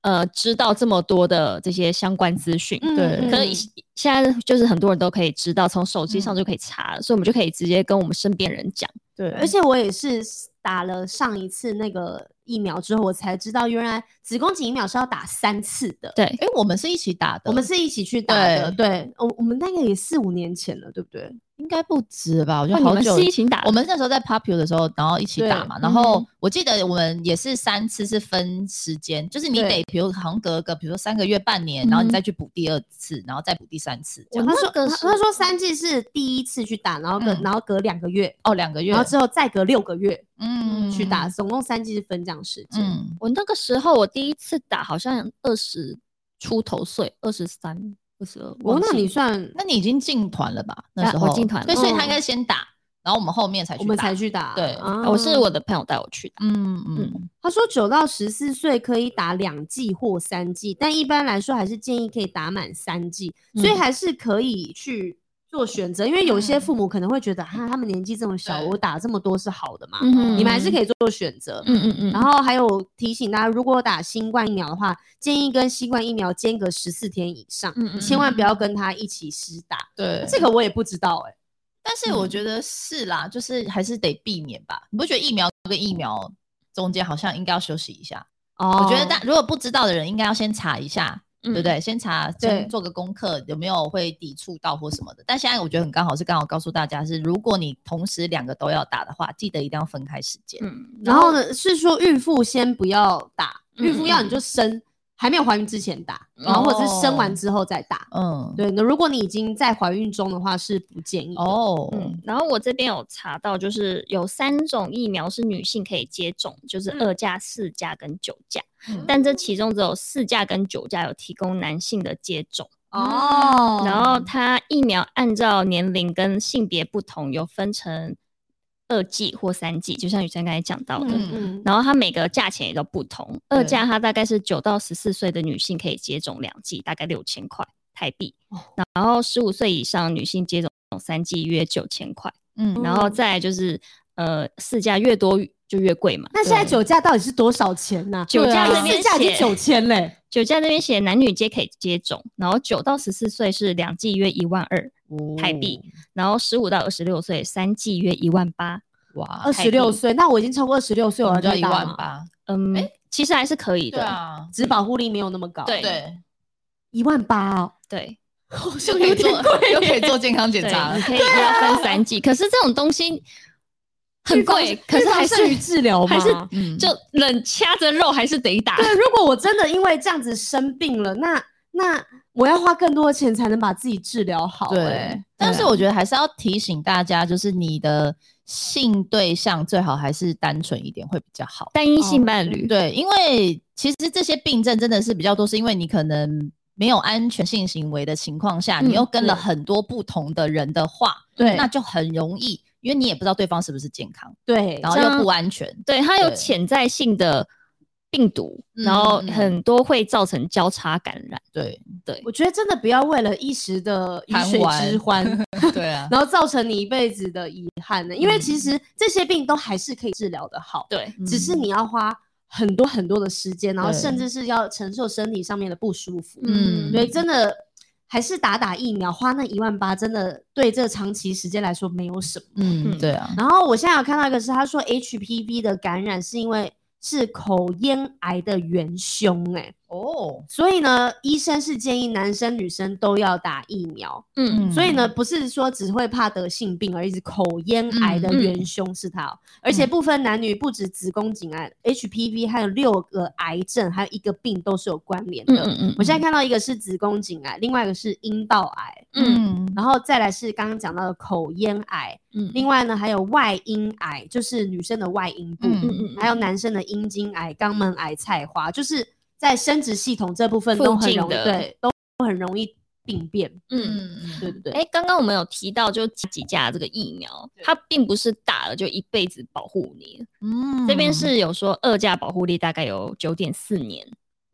Speaker 2: 呃知道这么多的这些相关资讯。
Speaker 1: 嗯
Speaker 3: 对
Speaker 1: 嗯
Speaker 2: 可能以现在就是很多人都可以知道，从手机上
Speaker 3: 嗯
Speaker 2: 就可以查了，所以我们就可以直接跟我们身边人讲。
Speaker 3: 对，
Speaker 1: 而且我也是打了上一次那个疫苗之后，我才知道原来子宫颈疫苗是要打三次的。
Speaker 2: 对，
Speaker 3: 哎、我们是一起打的，
Speaker 1: 我们是一起去打的，对，我我们那个也四五年前了，对不对？
Speaker 3: 应该不止吧？我觉得
Speaker 2: 哇哦你
Speaker 3: 好
Speaker 2: 们
Speaker 3: 久
Speaker 2: 是一起打的，
Speaker 3: 我们那时候在 Popular 的时候，然后一起
Speaker 1: 对
Speaker 3: 打嘛，然
Speaker 2: 嗯
Speaker 3: 后
Speaker 2: 哼
Speaker 3: 我记得我们也是三次是分时间，就是你
Speaker 1: 对
Speaker 3: 得比如好像隔个比如说三个月、半年，然后你
Speaker 2: 嗯
Speaker 3: 再去补第二次，然后再补第三次这
Speaker 1: 我
Speaker 3: 样。
Speaker 1: 那时候他
Speaker 2: 那个是
Speaker 1: 他说三剂是第一次去打，然后隔、
Speaker 3: 嗯
Speaker 1: 然后隔两个月，
Speaker 3: 哦，两个月
Speaker 1: 然后，之后再隔六个月
Speaker 3: 嗯
Speaker 1: 去打，，总共三剂是分这样时间。
Speaker 3: 嗯，
Speaker 2: 我那个时候我第一次打好像二十出头岁，二十三、二十二。
Speaker 1: 哦
Speaker 2: 忘，
Speaker 1: 那
Speaker 2: 记
Speaker 1: 你
Speaker 2: 了
Speaker 1: 算
Speaker 3: 那你已经进团了吧？那
Speaker 2: 啊
Speaker 3: 时
Speaker 2: 我
Speaker 3: 候
Speaker 2: 进团嗯
Speaker 3: 对，所以他
Speaker 1: 了
Speaker 3: 应该先打，然后我们后面才去
Speaker 1: 我们
Speaker 3: 打
Speaker 1: 才，去打，
Speaker 3: 对
Speaker 1: 啊
Speaker 2: 我是我的朋友带我去的，
Speaker 3: 嗯嗯，
Speaker 1: 他说九到十四岁可以打两剂或三剂，但一般来说还是建议可以打满三剂，所以
Speaker 2: 嗯
Speaker 1: 还是可以去做选择，因为有些
Speaker 3: 嗯
Speaker 1: 父母可能会觉得，啊哈、他们年纪这么小，
Speaker 3: 对
Speaker 1: 我打这么多是好的嘛，
Speaker 2: 嗯哼
Speaker 1: 你们还是可以做选择。
Speaker 2: 嗯嗯嗯，
Speaker 1: 然后还有提醒大家，如果打新冠疫苗的话，建议跟新冠疫苗间隔十四天以上，
Speaker 2: 嗯嗯
Speaker 1: 千万不要跟他一起施打。
Speaker 3: 对，
Speaker 1: 这个我也不知道哎、
Speaker 3: 但是
Speaker 2: 嗯
Speaker 3: 我觉得是啦，就是还是得避免吧。你不觉得疫苗跟疫苗中间好像应该要休息一下？
Speaker 1: 哦
Speaker 3: 我觉得大如果不知道的人，应该要先查一下，
Speaker 2: 嗯
Speaker 3: 对不对？先查，
Speaker 1: 对
Speaker 3: 先做个功课，有没有会抵触到或什么的。但现在我觉得很刚好是刚好告诉大家是，如果你同时两个都要打的话，记得一定要分开时间。
Speaker 2: 嗯，
Speaker 1: 然后呢，是说孕妇先不要打，
Speaker 2: 嗯哦
Speaker 1: 孕妇要你就生还没有怀孕之前打，然后或者是生完之后再打。
Speaker 3: 嗯，
Speaker 1: 对，那如果你已经在怀孕中的话，是不建议的。
Speaker 3: 哦，
Speaker 2: 嗯，然后我这边有查到，就是有三种疫苗是女性可以接种，就是二价、四价跟九价，
Speaker 3: 嗯
Speaker 2: 但这其中只有四价跟九价有提供男性的接种。
Speaker 1: 哦
Speaker 2: 嗯然后它疫苗按照年龄跟性别不同，有分成二剂或三剂，就像雨珊刚才讲到的。
Speaker 1: 嗯嗯
Speaker 2: 然后它每个价钱也都不同，二
Speaker 3: 对
Speaker 2: 价它大概是九到十四岁的女性可以接种两剂，大概六千块台币。
Speaker 3: 哦
Speaker 2: 然后十五岁以上女性接种三剂约九千块，
Speaker 3: 嗯，
Speaker 2: 然后
Speaker 1: 嗯
Speaker 2: 再来就是呃四价越多就越贵嘛。
Speaker 1: 那现在酒驾到底是多少钱呢、
Speaker 2: 酒
Speaker 3: 对啊
Speaker 2: 驾这
Speaker 1: 四
Speaker 2: 边
Speaker 1: 价已经
Speaker 2: 写
Speaker 1: 九千嘞，
Speaker 2: 酒驾这边写男女皆可以接种，然后九到十四岁是两剂约一万二，台币然后十五到二十六岁三剂约一万八，
Speaker 3: 哇，
Speaker 2: 哦
Speaker 1: 二十六岁，那我已经超过二十六岁，
Speaker 3: 我
Speaker 1: 我
Speaker 3: 们就
Speaker 1: 要
Speaker 3: 要
Speaker 1: 去
Speaker 3: 一
Speaker 1: 打
Speaker 3: 万
Speaker 1: 吗，
Speaker 3: 八，
Speaker 2: 嗯，其实还是可以
Speaker 3: 对
Speaker 2: 的，
Speaker 3: 啊，
Speaker 1: 只保护力没有那么高。
Speaker 2: 对
Speaker 3: 对，
Speaker 1: 一万八哦，
Speaker 2: 对
Speaker 1: 好
Speaker 3: 就
Speaker 1: 像
Speaker 3: 可以
Speaker 1: 有点
Speaker 3: 做
Speaker 1: 贵，
Speaker 3: 又可以做健康检
Speaker 2: 对，
Speaker 3: 查 (laughs)
Speaker 2: 你，可以要分三剂，可是这种东西很贵，可是还是
Speaker 1: 剩余治疗
Speaker 2: 还是
Speaker 1: 吗
Speaker 3: 嗯，
Speaker 2: 就冷掐着肉还是得打，
Speaker 1: 对，如果我真的因为这样子生病了，那那我要花更多的钱才能把自己治疗好、欸。
Speaker 3: 对，啊但是我觉得还是要提醒大家，就是你的性对象最好还是单纯一点会比较好。
Speaker 2: 单一性伴侣，
Speaker 3: 对，因为其实这些病症真的是比较多，是因为你可能没有安全性行为的情况下，你又跟了
Speaker 1: 对
Speaker 3: 很多不同的人的话，
Speaker 1: 对
Speaker 3: 那就很容易，因为你也不知道对方是不是健康，
Speaker 1: 对，
Speaker 3: 然后
Speaker 2: 像
Speaker 3: 又不安全。
Speaker 2: 对，它有
Speaker 3: 对
Speaker 2: 潜在性的病毒，
Speaker 3: 嗯
Speaker 2: 然后
Speaker 3: 嗯
Speaker 2: 很多会造成交叉感染。
Speaker 3: 对 (laughs)
Speaker 2: 对，
Speaker 1: 我觉得真的不要为了一时的鱼
Speaker 3: 贪
Speaker 1: 水
Speaker 3: 玩 (laughs)
Speaker 1: 之欢，
Speaker 3: 对啊，
Speaker 1: 然后造成你一辈子的遗憾欸呢。
Speaker 3: 嗯
Speaker 1: 因为其实这些病都还是可以治疗的好，
Speaker 2: 对，
Speaker 1: 只是你要花很多很多的时间，然后
Speaker 3: 对
Speaker 1: 甚至是要承受身体上面的不舒服。
Speaker 3: 嗯
Speaker 1: 对，真的还是打打疫苗，花那一万八，真的对这长期时间来说没有什么。
Speaker 3: 嗯，
Speaker 2: 嗯
Speaker 3: 对啊，
Speaker 1: 然后我现在有看到一个是，他说 HPV 的感染是因为是口咽癌的元凶、欸，
Speaker 3: 哦，
Speaker 1: 所以呢，医生是建议男生女生都要打疫苗。
Speaker 2: 嗯，
Speaker 1: 所以呢，不是说只会怕得性病而已，是口咽
Speaker 2: 嗯
Speaker 1: 癌的元凶是它、哦而且部分男女不止子宫颈癌、HPV，还有六个癌症，还有一个病都是有关联
Speaker 2: 嗯
Speaker 1: 的。
Speaker 2: 嗯嗯，
Speaker 1: 我现在看到一个是子宫颈癌，另外一个是阴道癌，
Speaker 2: 嗯
Speaker 3: 嗯
Speaker 1: 然后再来是刚刚讲到的口咽癌，
Speaker 2: 嗯
Speaker 1: 另外呢还有外阴癌，就是女生的外阴部，
Speaker 3: 嗯
Speaker 2: 嗯嗯，
Speaker 1: 还有男生的阴茎癌、肛门癌、菜花，就是在生殖系统这部分
Speaker 2: 附
Speaker 1: 都很
Speaker 2: 近
Speaker 1: 容易，
Speaker 2: 的
Speaker 1: 对，都很容易病变。
Speaker 3: 嗯
Speaker 2: 嗯。
Speaker 1: 对对对，
Speaker 2: 哎，刚刚我们有提到，就几价这个疫苗，它并不是打了就一辈子保护你。
Speaker 3: 嗯
Speaker 2: 这边是有说二价保护力大概有九点四年，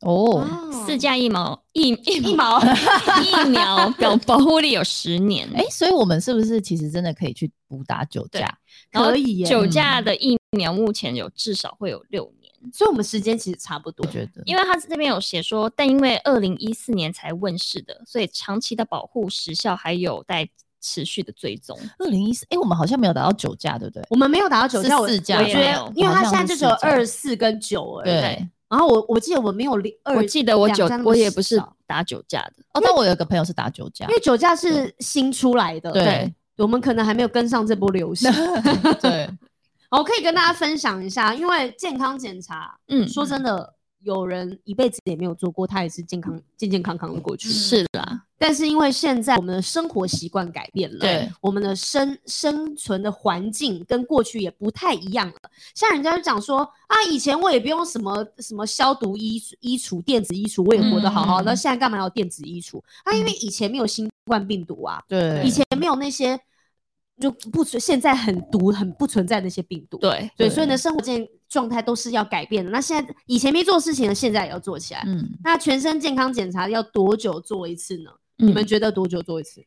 Speaker 3: 哦，
Speaker 2: 四价疫苗疫
Speaker 1: 一
Speaker 2: 疫苗 (laughs)
Speaker 1: 毛
Speaker 2: 疫 (laughs) 苗表保护力有十年。
Speaker 3: 哎，所以我们是不是其实真的可以去补打酒
Speaker 2: 对
Speaker 3: 驾？
Speaker 2: 然后
Speaker 1: 可以耶，
Speaker 2: 九
Speaker 3: 嗯
Speaker 2: 价的疫苗目前有至少会有六年。
Speaker 1: 哦所以我们时间其实差不多
Speaker 3: 我。觉得，
Speaker 2: 因为他这边有写说，但因为二零一四年才问世的，所以长期的保护时效还有待持续的追踪。
Speaker 3: 二零一四，哎，我们好像没有打到酒驾，对不对？
Speaker 1: 我们没有打到九
Speaker 3: 是
Speaker 1: 价，我
Speaker 3: 四价
Speaker 1: 我
Speaker 2: 吗
Speaker 1: 觉得，因为
Speaker 3: 好
Speaker 1: 它
Speaker 3: 像
Speaker 1: 现在
Speaker 3: 是四
Speaker 1: 就只有
Speaker 3: 价
Speaker 1: 二四跟九而已。
Speaker 3: 对。哦
Speaker 1: 然后我我记得我没有零二，
Speaker 2: 我记得我
Speaker 1: 两
Speaker 2: 酒
Speaker 1: 家那，么
Speaker 2: 我也不是
Speaker 1: 少
Speaker 2: 打酒驾的，
Speaker 3: 哦，但我有一个朋友是打酒驾
Speaker 1: 因，为酒驾是新出来的，
Speaker 3: 对
Speaker 1: 我们可能还没有跟上这波
Speaker 3: (laughs)
Speaker 1: 流行。
Speaker 3: 对，
Speaker 1: 我可以跟大家分享一下，因为健康检查，
Speaker 2: 嗯，
Speaker 1: 说真的，有人一辈子也没有做过，他也是健康健健康康的过
Speaker 3: 嗯
Speaker 1: 去。
Speaker 2: 是啦，
Speaker 1: 但是因为现在我们的生活习惯改变了，
Speaker 3: 对，
Speaker 1: 我们的生生存的环境跟过去也不太一样了。像人家就讲说啊，以前我也不用什么什么消毒衣衣橱、电子衣橱，我也活得好好的，
Speaker 3: 嗯
Speaker 1: 现在干嘛要电子衣橱？啊，因为以前没有新冠病毒啊，
Speaker 3: 对，
Speaker 1: 以前没有那些就不存，现在很毒、很不存在那些病毒。
Speaker 2: 对，
Speaker 1: 对，
Speaker 3: 对
Speaker 1: 所以呢，生活健状态都是要改变的。那现在以前没做的事情呢，现在也要做起来。
Speaker 3: 嗯，
Speaker 1: 那全身健康检查要多久做一次呢？
Speaker 2: 你
Speaker 1: 你
Speaker 3: 嗯
Speaker 1: 们觉得多久做一次？
Speaker 2: 嗯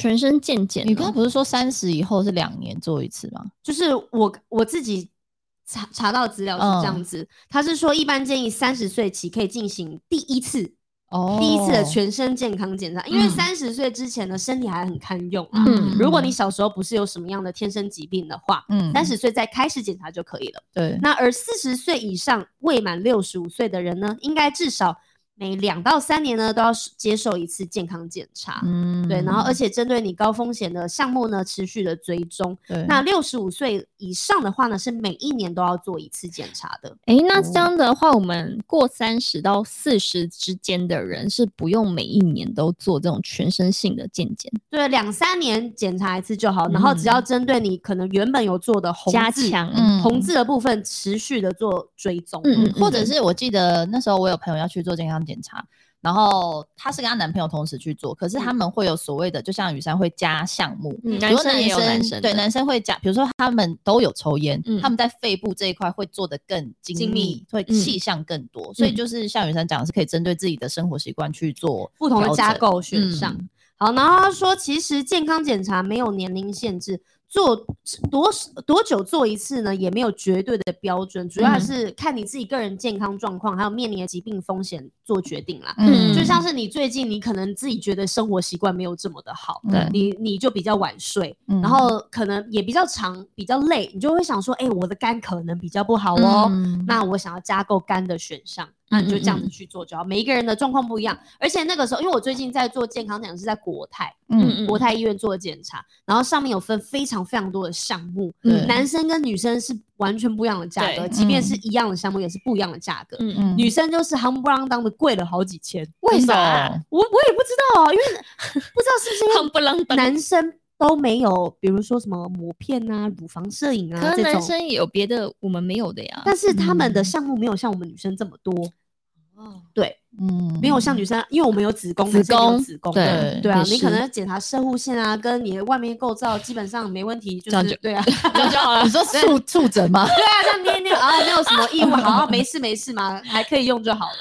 Speaker 2: 全身健检
Speaker 3: 你
Speaker 2: 哦，
Speaker 3: 刚刚不是说三十以后是两年做一次吗？
Speaker 1: 就是我我自己查查到资料是这样
Speaker 3: 嗯
Speaker 1: 子，他是说一般建议三十岁起可以进行第一次、
Speaker 3: 哦，
Speaker 1: 第一次的全身健康检查，因为
Speaker 3: 嗯
Speaker 1: 三十岁之前呢，身体还很堪用啊。
Speaker 2: 嗯
Speaker 1: 如果你小时候不是有什么样的天生疾病的话，
Speaker 3: 嗯
Speaker 1: 三十岁再开始检查就可以了。
Speaker 3: 对，
Speaker 1: 那而四十岁以上未满六十五岁的人呢，应该至少每两到三年呢都要是接受一次健康检查。
Speaker 3: 嗯
Speaker 1: 对，然后而且针对你高风险的项目呢，持续的追踪。
Speaker 3: 对
Speaker 1: 那六十五岁以上的话呢，是每一年都要做一次检查的。
Speaker 2: 哎，那
Speaker 3: 哦
Speaker 2: 这样的话，我们过三十到四十之间的人是不用每一年都做这种全身性的健检，
Speaker 1: 对，两三年检查一次就好，然后只要针对你可能原本有做的红
Speaker 2: 加
Speaker 1: 字、
Speaker 2: 强，
Speaker 3: 嗯
Speaker 1: 红字的部分，持续的做追踪。
Speaker 2: 嗯嗯
Speaker 3: 或者是我记得那时候我有朋友要去做健康检查，然后她是跟她男朋友同时去做，可是
Speaker 1: 嗯
Speaker 3: 他们会有所谓的，就像雨珊会加项目，
Speaker 2: 嗯
Speaker 3: 比
Speaker 2: 男
Speaker 3: 如
Speaker 2: 生也有男生
Speaker 3: 对
Speaker 2: 的
Speaker 3: 男生会加，比如说他们都有抽烟，
Speaker 2: 嗯
Speaker 3: 他们在肺部这一块会做的更精密，
Speaker 1: 精密
Speaker 3: 会
Speaker 2: 嗯
Speaker 3: 气象更多，所以
Speaker 2: 嗯
Speaker 3: 就是像雨珊讲的是可以针对自己的生活习惯去做
Speaker 1: 不同的
Speaker 3: 调
Speaker 1: 加
Speaker 3: 整，
Speaker 1: 购选项。
Speaker 3: 嗯
Speaker 1: 好，然后他说，其实健康检查没有年龄限制，做多多久做一次呢，也没有绝对的标准，主要还
Speaker 3: 嗯
Speaker 1: 是看你自己个人健康状况，还有面临的疾病风险做决定啦。
Speaker 2: 嗯
Speaker 1: 就像是你最近，你可能自己觉得生活习惯没有这么的好，
Speaker 2: 对
Speaker 1: 你你就比较晚睡，
Speaker 3: 嗯
Speaker 1: 然后可能也比较长，比较累，你就会想说，哎、我的肝可能比较不好哦，
Speaker 3: 嗯
Speaker 1: 那我想要加购肝的选项，
Speaker 2: 嗯
Speaker 1: 那你就这样子去做就好。每一个人的状况不一样，而且那个时候，因为我最近在做健康检查是在国泰
Speaker 3: 嗯
Speaker 1: 国
Speaker 2: 嗯
Speaker 1: 泰医院做的检查，然后上面有分非常非常多的项目，
Speaker 3: 对
Speaker 1: 男生跟女生是完全不一样的价格，
Speaker 2: 对
Speaker 1: 即便
Speaker 3: 嗯
Speaker 1: 是一样的项目，也是不一样的价格。
Speaker 2: 嗯嗯，
Speaker 3: 嗯，
Speaker 1: 女生就是夯不啷当的贵了好几千，
Speaker 2: 为
Speaker 3: 真的
Speaker 2: 啥
Speaker 3: 哦
Speaker 1: 我我也不知道啊，因为不知道是
Speaker 3: (laughs)
Speaker 1: 不是因为
Speaker 2: 夯不啷当？
Speaker 1: 男生都没有，比如说什么膜片啊、乳房摄影啊
Speaker 2: 可是
Speaker 1: 这
Speaker 2: 男
Speaker 1: 种，
Speaker 2: 生也有别的我们没有的呀。
Speaker 1: 但是他们的
Speaker 3: 嗯
Speaker 1: 项目没有像我们女生这么多，
Speaker 2: 哦
Speaker 1: 对，
Speaker 3: 嗯
Speaker 1: 没有像女生，因为我们有子宫，
Speaker 2: 子
Speaker 1: 男生也有
Speaker 2: 宫
Speaker 1: 子宫，
Speaker 3: 对
Speaker 1: 对啊
Speaker 3: 也，
Speaker 1: 你可
Speaker 3: 是
Speaker 1: 能检查射护线啊，跟你的外面构造基本上没问题，就
Speaker 3: 这样
Speaker 1: 是
Speaker 3: 就
Speaker 1: 对啊，
Speaker 2: 这样就好了
Speaker 3: 你。说触触诊
Speaker 1: (laughs)
Speaker 3: 吗？
Speaker 1: 对啊，这样捏捏啊，没有什么异物，好，没事没事嘛，还可以用就好了。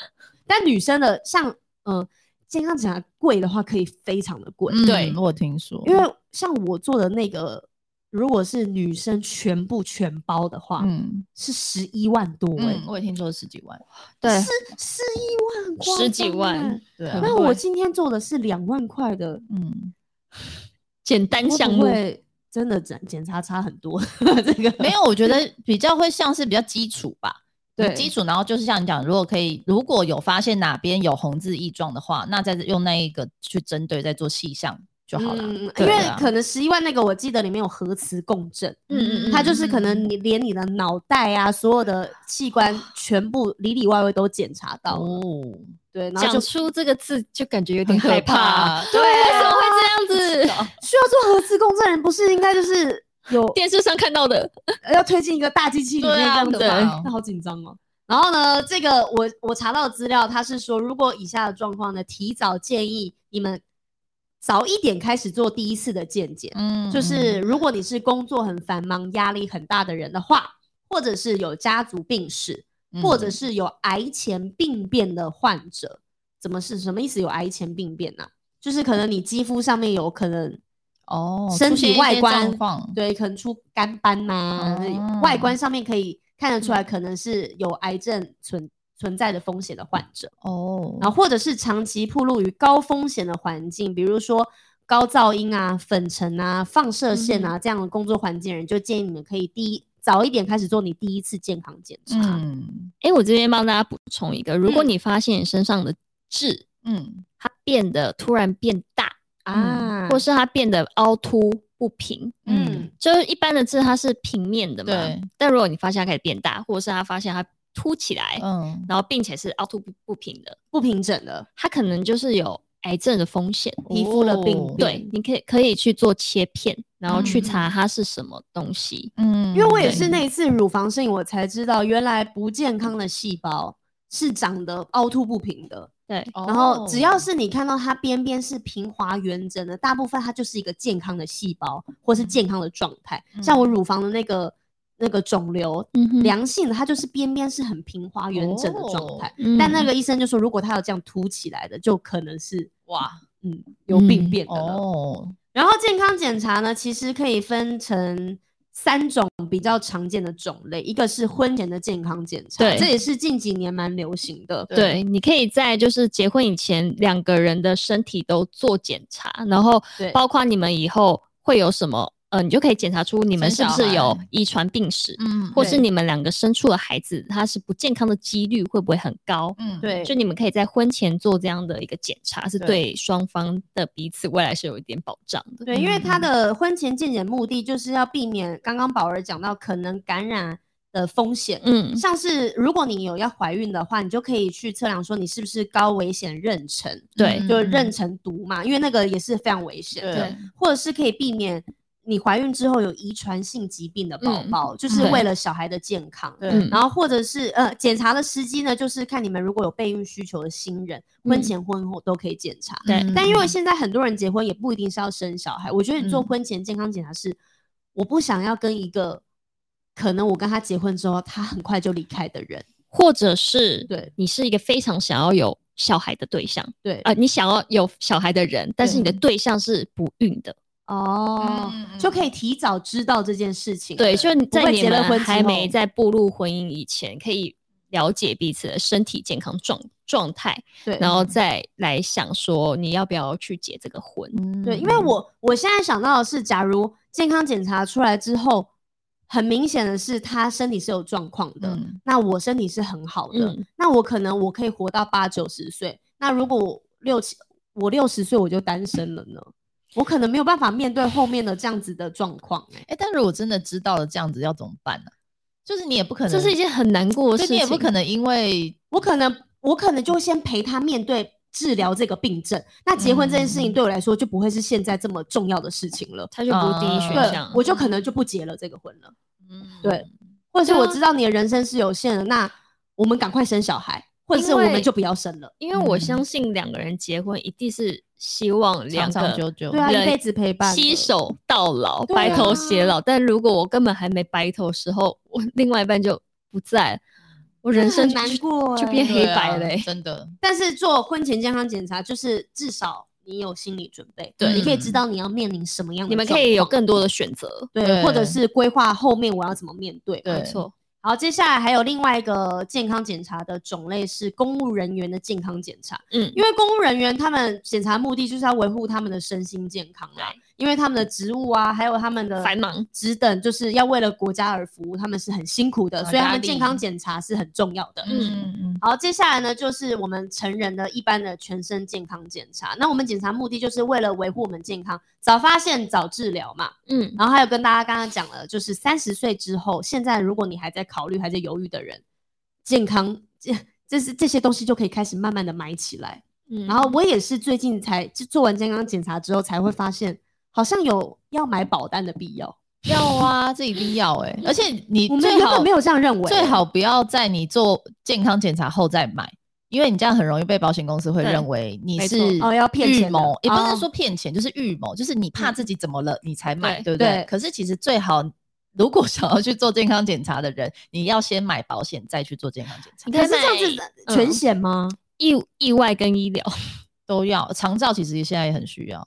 Speaker 1: 但女生的像嗯、呃健康检查贵的话，可以非常的贵，
Speaker 2: 对
Speaker 3: 嗯我听说，
Speaker 1: 因为像我做的那个，如果是女生全部全包的话，
Speaker 3: 嗯
Speaker 1: 是十一万多哎、
Speaker 3: 嗯，我也听说十几万，
Speaker 2: 对
Speaker 1: 是十一万，
Speaker 2: 十几万
Speaker 1: 夸张欸。
Speaker 3: 对
Speaker 2: 很
Speaker 3: 啊，
Speaker 1: 那
Speaker 2: 贵
Speaker 1: 我今天做的是两万块的
Speaker 3: 嗯，
Speaker 2: 简单
Speaker 1: 会
Speaker 2: 项
Speaker 1: 不
Speaker 2: 目，
Speaker 1: 会真的检检查差很多，这个
Speaker 3: 没有，我觉得比较会像是比较基础吧。
Speaker 1: 对
Speaker 3: 基础，然后就是像你讲，如果可以，如果有发现哪边有红字异状的话，那再用那一个去针对，再做细项就好了。
Speaker 1: 嗯，因
Speaker 3: 对
Speaker 1: 为
Speaker 3: 啊
Speaker 1: 可能十一万那个，我记得里面有核磁共振，
Speaker 2: 嗯嗯嗯
Speaker 1: 它就是可能你连你的脑袋啊，所有的器官全部里里外外都检查到了，
Speaker 3: 哦，
Speaker 1: 对，然后就
Speaker 2: 讲出这个字就感觉有点
Speaker 3: 很可
Speaker 2: 害怕
Speaker 1: 啊
Speaker 3: 怕。
Speaker 2: 对，为什么会这样子？
Speaker 1: 需要做核磁共振的人不是应该就是有
Speaker 3: (laughs)
Speaker 2: 电视上看到的，
Speaker 1: 要推进一个大机器里面
Speaker 3: 对
Speaker 1: 这
Speaker 3: 啊
Speaker 1: 样子
Speaker 3: 对
Speaker 1: 吗，那好紧张哦。然后呢，这个我我查到的资料，它是说，如果以下的状况呢，提早建议你们早一点开始做第一次的健检，
Speaker 3: 嗯
Speaker 1: 就是如果你是工作很繁忙、压力很大的人的话，或者是有家族病史，
Speaker 3: 嗯
Speaker 1: 或者是有癌前病变的患者，怎么是什么意思？有癌前病变呢、就是可能你肌肤上面有可能
Speaker 3: 哦，
Speaker 1: 身
Speaker 3: 出
Speaker 1: 体
Speaker 3: 现一些
Speaker 1: 外观
Speaker 3: 状况，
Speaker 1: 对，可能出干斑呐、
Speaker 3: 哦嗯
Speaker 1: 外观上面可以看得出来，可能是有癌症存存在的风险的患者，
Speaker 3: 哦，
Speaker 1: 然后或者是长期暴露于高风险的环境，比如说高噪音啊、粉尘啊、放射线
Speaker 3: 嗯
Speaker 1: 啊、这样的工作环境的人，就建议你们可以第一早一点开始做你第一次健康检查。啊
Speaker 3: 嗯
Speaker 2: 哎、我这边帮大家补充一个，如果你发现你身上的痣、
Speaker 3: 嗯
Speaker 2: 它变得突然变大，
Speaker 1: 啊，
Speaker 2: 或是它变得凹凸不平，
Speaker 1: 嗯
Speaker 3: 嗯，
Speaker 2: 就是一般的痣它是平面的嘛，
Speaker 3: 对。
Speaker 2: 但如果你发现它开始变大，或者是它发现它凸起
Speaker 1: 哎
Speaker 2: 来，
Speaker 3: 嗯，
Speaker 2: 然后并且是凹凸不不平的，
Speaker 1: 不平整的
Speaker 2: 它可能就是有癌症的风险。
Speaker 1: 皮肤的病
Speaker 3: 哦
Speaker 1: 变
Speaker 2: 对，你可以可以去做切片，然后去
Speaker 3: 嗯
Speaker 2: 查它是什么东西。
Speaker 3: 嗯，
Speaker 1: 因为我也
Speaker 3: 对
Speaker 1: 是那一次乳房摄影，我才知道原来不健康的细胞是长得凹凸不平的。
Speaker 2: 对，
Speaker 1: 然后只要
Speaker 3: 哦
Speaker 1: 是你看到它边边是平滑圆整的，大部分它就是一个健康的细胞或是健康的状态。像我
Speaker 3: 嗯
Speaker 1: 乳房的那个那个肿瘤，
Speaker 2: 嗯哼
Speaker 1: 良性的它就是边边是很平滑圆整的状
Speaker 3: 哦
Speaker 1: 态。
Speaker 2: 嗯
Speaker 1: 但那个医生就说，如果它有这样凸起来的，就可能是
Speaker 3: 哇
Speaker 1: 嗯有病
Speaker 2: 嗯
Speaker 1: 变的了。
Speaker 3: 哦，
Speaker 1: 然后健康检查呢，其实可以分成三种比较常见的种类，一个是婚前的健康检查，
Speaker 2: 对
Speaker 1: 这也是近几年蛮流行的。
Speaker 2: 对，你可以在就是结婚以前，两个人的身体都做检查，然后
Speaker 1: 对
Speaker 2: 包括你们以后会有什么，呃，你就可以检查出你们是
Speaker 3: 生
Speaker 2: 不
Speaker 3: 小
Speaker 2: 是有
Speaker 3: 孩
Speaker 2: 遗传病史，
Speaker 3: 嗯
Speaker 2: 或是
Speaker 1: 对
Speaker 2: 你们两个生出的孩子他是不健康的几率会不会很高？
Speaker 3: 嗯
Speaker 1: 对
Speaker 2: 就你们可以在婚前做这样的一个检查，是
Speaker 3: 对
Speaker 2: 对双方的彼此未来是有一点保障的。
Speaker 1: 对，因为他
Speaker 3: 嗯
Speaker 1: 的婚前健检目的就是要避免刚刚宝儿讲到可能感染的风险，
Speaker 2: 嗯，
Speaker 1: 像是如果你有要怀孕的话，你就可以去测量说你是不是高危险妊娠，
Speaker 2: 对
Speaker 1: 就
Speaker 3: 嗯
Speaker 1: 妊娠毒嘛，因为那个也是非常危险的
Speaker 3: 对，
Speaker 1: 或者是可以避免。你怀孕之后有遗传性疾病的宝
Speaker 2: 嗯
Speaker 1: 宝，就是
Speaker 2: 对
Speaker 1: 为了小孩的健康。
Speaker 3: 对
Speaker 2: 嗯
Speaker 1: 然后或者是呃，检查的时机呢，就是看你们如果有备孕需求的新人，婚
Speaker 2: 嗯
Speaker 1: 前婚后都可以检查。
Speaker 2: 对
Speaker 3: 嗯
Speaker 1: 但因为现在很多人结婚也不一定是要生小孩，我觉得你做
Speaker 3: 嗯
Speaker 1: 婚前健康检查是，我不想要跟一个可能我跟他结婚之后，他很快就离开的人。
Speaker 2: 或者是
Speaker 1: 对
Speaker 2: 你是一个非常想要有小孩的对象，
Speaker 1: 对，
Speaker 2: 呃，你想要有小孩的人，但是你的
Speaker 3: 对
Speaker 2: 对象是不孕的，
Speaker 3: 嗯
Speaker 1: 哦，就可以提早知道这件事情了。
Speaker 2: 嗯对，就
Speaker 1: 不
Speaker 2: 在
Speaker 1: 会
Speaker 2: 你
Speaker 1: 结了
Speaker 2: 们
Speaker 1: 婚之
Speaker 2: 还没
Speaker 1: 后
Speaker 2: 在步入婚姻以前，可以了解彼此的身体健康状状态，
Speaker 1: 对，
Speaker 2: 然后再来想说你要不要去结这个婚。
Speaker 3: 嗯
Speaker 1: 对，因
Speaker 2: 嗯
Speaker 1: 为我我现在想到的是，假如健康检查出来之后，很明显的是他身体是有状况的，
Speaker 3: 嗯
Speaker 1: 那我身体是很好的，
Speaker 2: 嗯
Speaker 1: 那我可能我可以活到八九十岁。那如果我六七我六十岁我就单身了呢？我可能没有办法面对后面的这样子的状况、欸，
Speaker 3: 哎，但如果真的知道了这样子要怎么办呢？就是你也不可能，
Speaker 2: 这是一件很难过的
Speaker 3: 对
Speaker 2: 事情。啊
Speaker 3: 你也不可能因为
Speaker 1: 我可能我可能就会先陪他面对治疗这个病症。那结婚这件事情
Speaker 3: 嗯
Speaker 1: 对我来说就不会是现在这么重要的事情了。
Speaker 2: 他就不嗯是第一选
Speaker 3: 呃
Speaker 1: 对
Speaker 2: 项。，
Speaker 1: 我就可能就不结了这个婚了，
Speaker 2: 嗯
Speaker 1: 对，或者是
Speaker 2: 对啊
Speaker 1: 我知道你的人生是有限的，那我们赶快生小孩，或者是
Speaker 2: 因
Speaker 1: 我
Speaker 2: 为
Speaker 1: 们就不要生了。
Speaker 2: 因为我
Speaker 3: 嗯
Speaker 2: 相信两个人结婚一定是希望两
Speaker 3: 长
Speaker 2: 个
Speaker 3: 长久久，
Speaker 1: 对啊，
Speaker 2: 人
Speaker 1: 一辈子陪伴的，
Speaker 2: 携手到老，
Speaker 1: 对
Speaker 2: 白头
Speaker 1: 啊
Speaker 2: 偕老。但如果我根本还没白头的时候，我 (laughs) 另外一半就不在了，我人生
Speaker 1: 很
Speaker 2: 就
Speaker 1: 难过
Speaker 2: 就
Speaker 1: 欸
Speaker 2: 变黑
Speaker 3: 对啊
Speaker 2: 白了欸、
Speaker 3: 真的。
Speaker 1: 但是做婚前健康检查，就是至少你有心理准备，
Speaker 3: 对
Speaker 1: 你可以知道你要面临什么样的
Speaker 2: 嗯你
Speaker 1: 状
Speaker 2: 们
Speaker 1: 况，
Speaker 2: 可以有更多的选择。
Speaker 1: 对，
Speaker 3: 对
Speaker 1: 或者是规划后面我要怎么面对。
Speaker 3: 对
Speaker 2: 没错，
Speaker 1: 好，接下来还有另外一个健康检查的种类是公务人员的健康检查，
Speaker 2: 嗯，
Speaker 1: 因为公务人员他们检查目的就是要维护他们的身心健康啦，因为他们的职务啊，还有他们的
Speaker 2: 繁忙
Speaker 1: 职等，就是要为了国家而服务，他们是很辛苦的，
Speaker 3: 啊
Speaker 1: 所以他
Speaker 3: 压
Speaker 1: 们
Speaker 3: 力
Speaker 1: 健康检查是很重要的。
Speaker 2: 嗯
Speaker 3: 嗯
Speaker 1: 好，接下来呢，就是我们成人的一般的全身健康检查。那我们检查目的就是为了维护我们健康，早发现、早治疗嘛。
Speaker 2: 嗯，
Speaker 1: 然后还有跟大家刚刚讲了，就是三十岁之后，现在如果你还在考虑、还在犹豫的人，健康这这是这些东西就可以开始慢慢的买起来。
Speaker 2: 嗯
Speaker 1: 然后我也是最近才就做完健康检查之后，才会发现好像有要买保单的必要。
Speaker 3: 要啊，这一定要哎、而且你
Speaker 1: 我们
Speaker 3: 最
Speaker 1: 原
Speaker 3: 好
Speaker 1: 本没有这样认为，
Speaker 3: 最好不要在你做健康检查后再买，因为你这样很容易被保险公司会
Speaker 2: 对
Speaker 3: 认为你
Speaker 2: 没
Speaker 3: 是
Speaker 2: 错
Speaker 1: 哦要骗钱
Speaker 3: 预
Speaker 1: 的
Speaker 3: 谋，也不
Speaker 1: 哦嗯
Speaker 3: 能说骗钱，就是预谋，就是你怕自己怎么了你才买，对
Speaker 2: 对
Speaker 3: 不对
Speaker 1: 对？
Speaker 3: 可是其实最好。 (laughs) 如果想要去做健康检查的人，你要先买保险，再去做健康检查
Speaker 2: 你，
Speaker 1: 可
Speaker 2: 可
Speaker 1: 是
Speaker 2: 以
Speaker 1: 这样
Speaker 2: 买
Speaker 1: 子全
Speaker 2: 嗯
Speaker 1: 险吗？
Speaker 2: 意意外跟医疗，
Speaker 3: 都要长照。其实现在也很需要，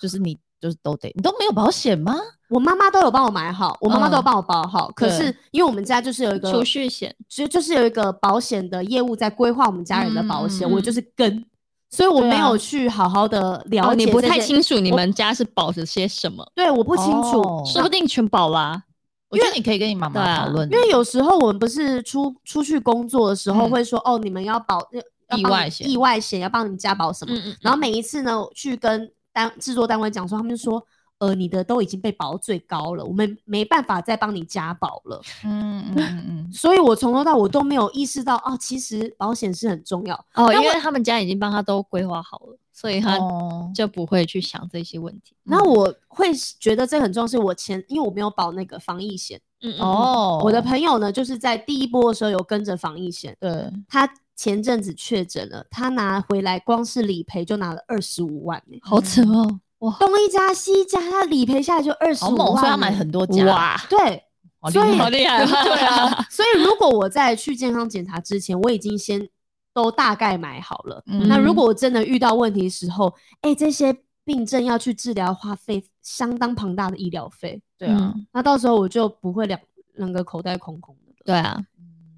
Speaker 3: 就是你就是都得，你都没有保险吗？
Speaker 1: 我妈妈都有帮我买好，我妈妈都有
Speaker 3: 嗯
Speaker 1: 帮我包好。可
Speaker 3: 对
Speaker 1: 是因为我们家就是有一个
Speaker 2: 储蓄险，
Speaker 1: 就就是有一个保险的业务在规划我们家人的保险，
Speaker 2: 嗯嗯
Speaker 1: 我就是跟，所以我
Speaker 3: 对
Speaker 1: 没
Speaker 3: 啊
Speaker 1: 有去好好的了
Speaker 2: 哦，
Speaker 1: 解、
Speaker 2: 你不太，清楚你们家是保着些什么，
Speaker 1: 对，我不清楚。
Speaker 3: 哦
Speaker 2: 说不定全保啦。
Speaker 3: 我觉得你可以跟你妈
Speaker 2: 对
Speaker 3: 妈
Speaker 2: 啊
Speaker 3: 讨论，
Speaker 1: 因为有时候我们不是出出去工作的时候
Speaker 3: 嗯
Speaker 1: 会说，哦，你们要保要帮
Speaker 3: 意外险
Speaker 1: 意外险要帮你们家保什么，
Speaker 2: 嗯嗯，
Speaker 1: 然后每一次呢去跟单制作单位讲说，他们就说。呃，你的都已经被保最高了，我们没办法再帮你加保了。
Speaker 3: 嗯嗯嗯嗯，
Speaker 1: 所以我从头到尾都没有意识到哦，其实保险是很重要。
Speaker 2: 哦，
Speaker 1: 那
Speaker 2: 因
Speaker 1: 我
Speaker 2: 为他们家已经帮他都规划好了，
Speaker 1: (laughs)
Speaker 2: 所以他
Speaker 1: 嗯
Speaker 3: 哦，
Speaker 2: 就不会去想这些问题。
Speaker 3: 嗯
Speaker 1: 那我会是觉得这很重要，是我前因为我没有保那个防疫险，
Speaker 2: 嗯，嗯
Speaker 3: 哦，
Speaker 1: 我的朋友呢就是在第一波的时候有跟着防疫险，
Speaker 3: 对，
Speaker 1: 他前阵子确诊了，他拿回来光是理赔就拿了二十五万、欸，
Speaker 2: 好扯哦，哇
Speaker 1: 东一家西一家，他理赔下来就二十
Speaker 3: 好
Speaker 1: 五
Speaker 3: 猛，
Speaker 1: 万、
Speaker 3: 哦
Speaker 1: 欸
Speaker 3: 所以要买很多家，
Speaker 2: 哇，
Speaker 1: 对，
Speaker 3: 好厉
Speaker 1: 所以
Speaker 3: 害
Speaker 2: 好厉 (laughs) 害，
Speaker 1: 对啊， (laughs) 所以如果我在去健康检查之前，我已经先都大概买好了。
Speaker 3: 嗯
Speaker 1: 那如果我真的遇到问题的时候，哎、这些病症要去治疗，花费相当庞大的医疗费，
Speaker 3: 对啊，
Speaker 2: 嗯
Speaker 1: 那到时候我就不会两两个口袋空空的了。
Speaker 2: 对啊，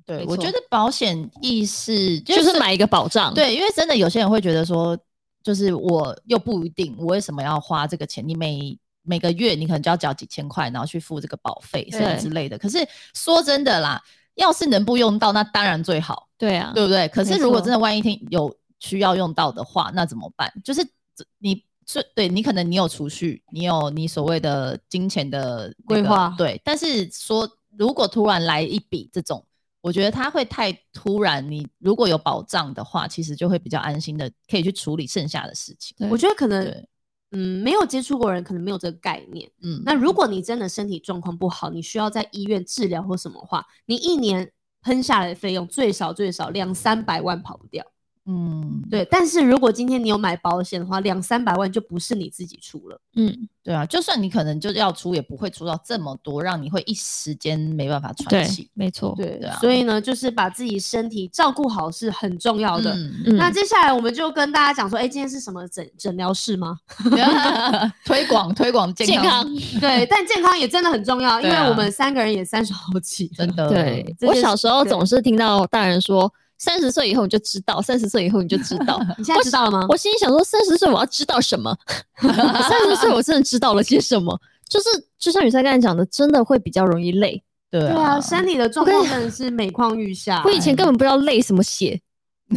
Speaker 3: 对，
Speaker 2: 没
Speaker 3: 我
Speaker 2: 错
Speaker 3: 觉得保险意识就
Speaker 2: 就是买一个保障。，
Speaker 3: 对，因为真的有些人会觉得说，就是我又不一定，我为什么要花这个钱？你每每个月你可能就要缴几千块，然后去付这个保费什么
Speaker 2: 对
Speaker 3: 之类的。可是说真的啦，要是能不用到，那当然最好，
Speaker 2: 对啊，
Speaker 3: 对不对？可
Speaker 2: 没
Speaker 3: 是如果
Speaker 2: 错
Speaker 3: 真的万一听有需要用到的话，那怎么办？就是这你。是对你可能你有储蓄，你有你所谓的金钱的那
Speaker 1: 规
Speaker 3: 个
Speaker 1: 划
Speaker 3: 对。但是说如果突然来一笔这种，我觉得它会太突然。你如果有保障的话，其实就会比较安心的，可以去处理剩下的事情。
Speaker 2: 对
Speaker 1: 我觉得可能
Speaker 3: 对，
Speaker 1: 嗯，没有接触过的人可能没有这个概念。
Speaker 3: 嗯，
Speaker 1: 那如果你真的身体状况不好，你需要在医院治疗或什么的话，你一年喷下来的费用最少最少两三百万跑不掉。
Speaker 3: 嗯，对
Speaker 1: 对，但是如果今天你有买保险的话，两三百万就不是你自己出了。
Speaker 2: 嗯，
Speaker 3: 对啊，就算你可能就要出，也不会出到这么多，让你会一时间没办法
Speaker 2: 对
Speaker 3: 喘气，。
Speaker 2: 没错，
Speaker 1: 对
Speaker 3: 对啊
Speaker 1: 所以呢，就是把自己身体照顾好是很重要的。
Speaker 3: 嗯， (laughs)
Speaker 2: 嗯，
Speaker 1: 那接下来我们就跟大家讲说，哎、今天是什么诊诊疗室吗？ (laughs)
Speaker 3: 推广推广健
Speaker 2: 健康，
Speaker 1: 对，但健康也真的很重要，因为
Speaker 3: 对啊
Speaker 1: 我们三个人也三十好
Speaker 3: (laughs)
Speaker 1: 几了，
Speaker 3: 真的
Speaker 2: 对
Speaker 1: 这
Speaker 2: 我
Speaker 1: 件
Speaker 2: 小
Speaker 1: 事
Speaker 2: 时候
Speaker 1: 对
Speaker 2: 嗯总是听到大人说。三十岁以后你就知道，三十岁以后你就知 (laughs) 道。
Speaker 1: 你现在知道了吗？
Speaker 2: 我心里想说，三十岁我要知道什么？三十岁我真的知道了些什么？就是就像雨珊刚才讲的，真的会比较容易累。
Speaker 3: 对
Speaker 1: 对啊，身体的状况真的是每况愈下。
Speaker 2: 我以前根本不知道累什么写，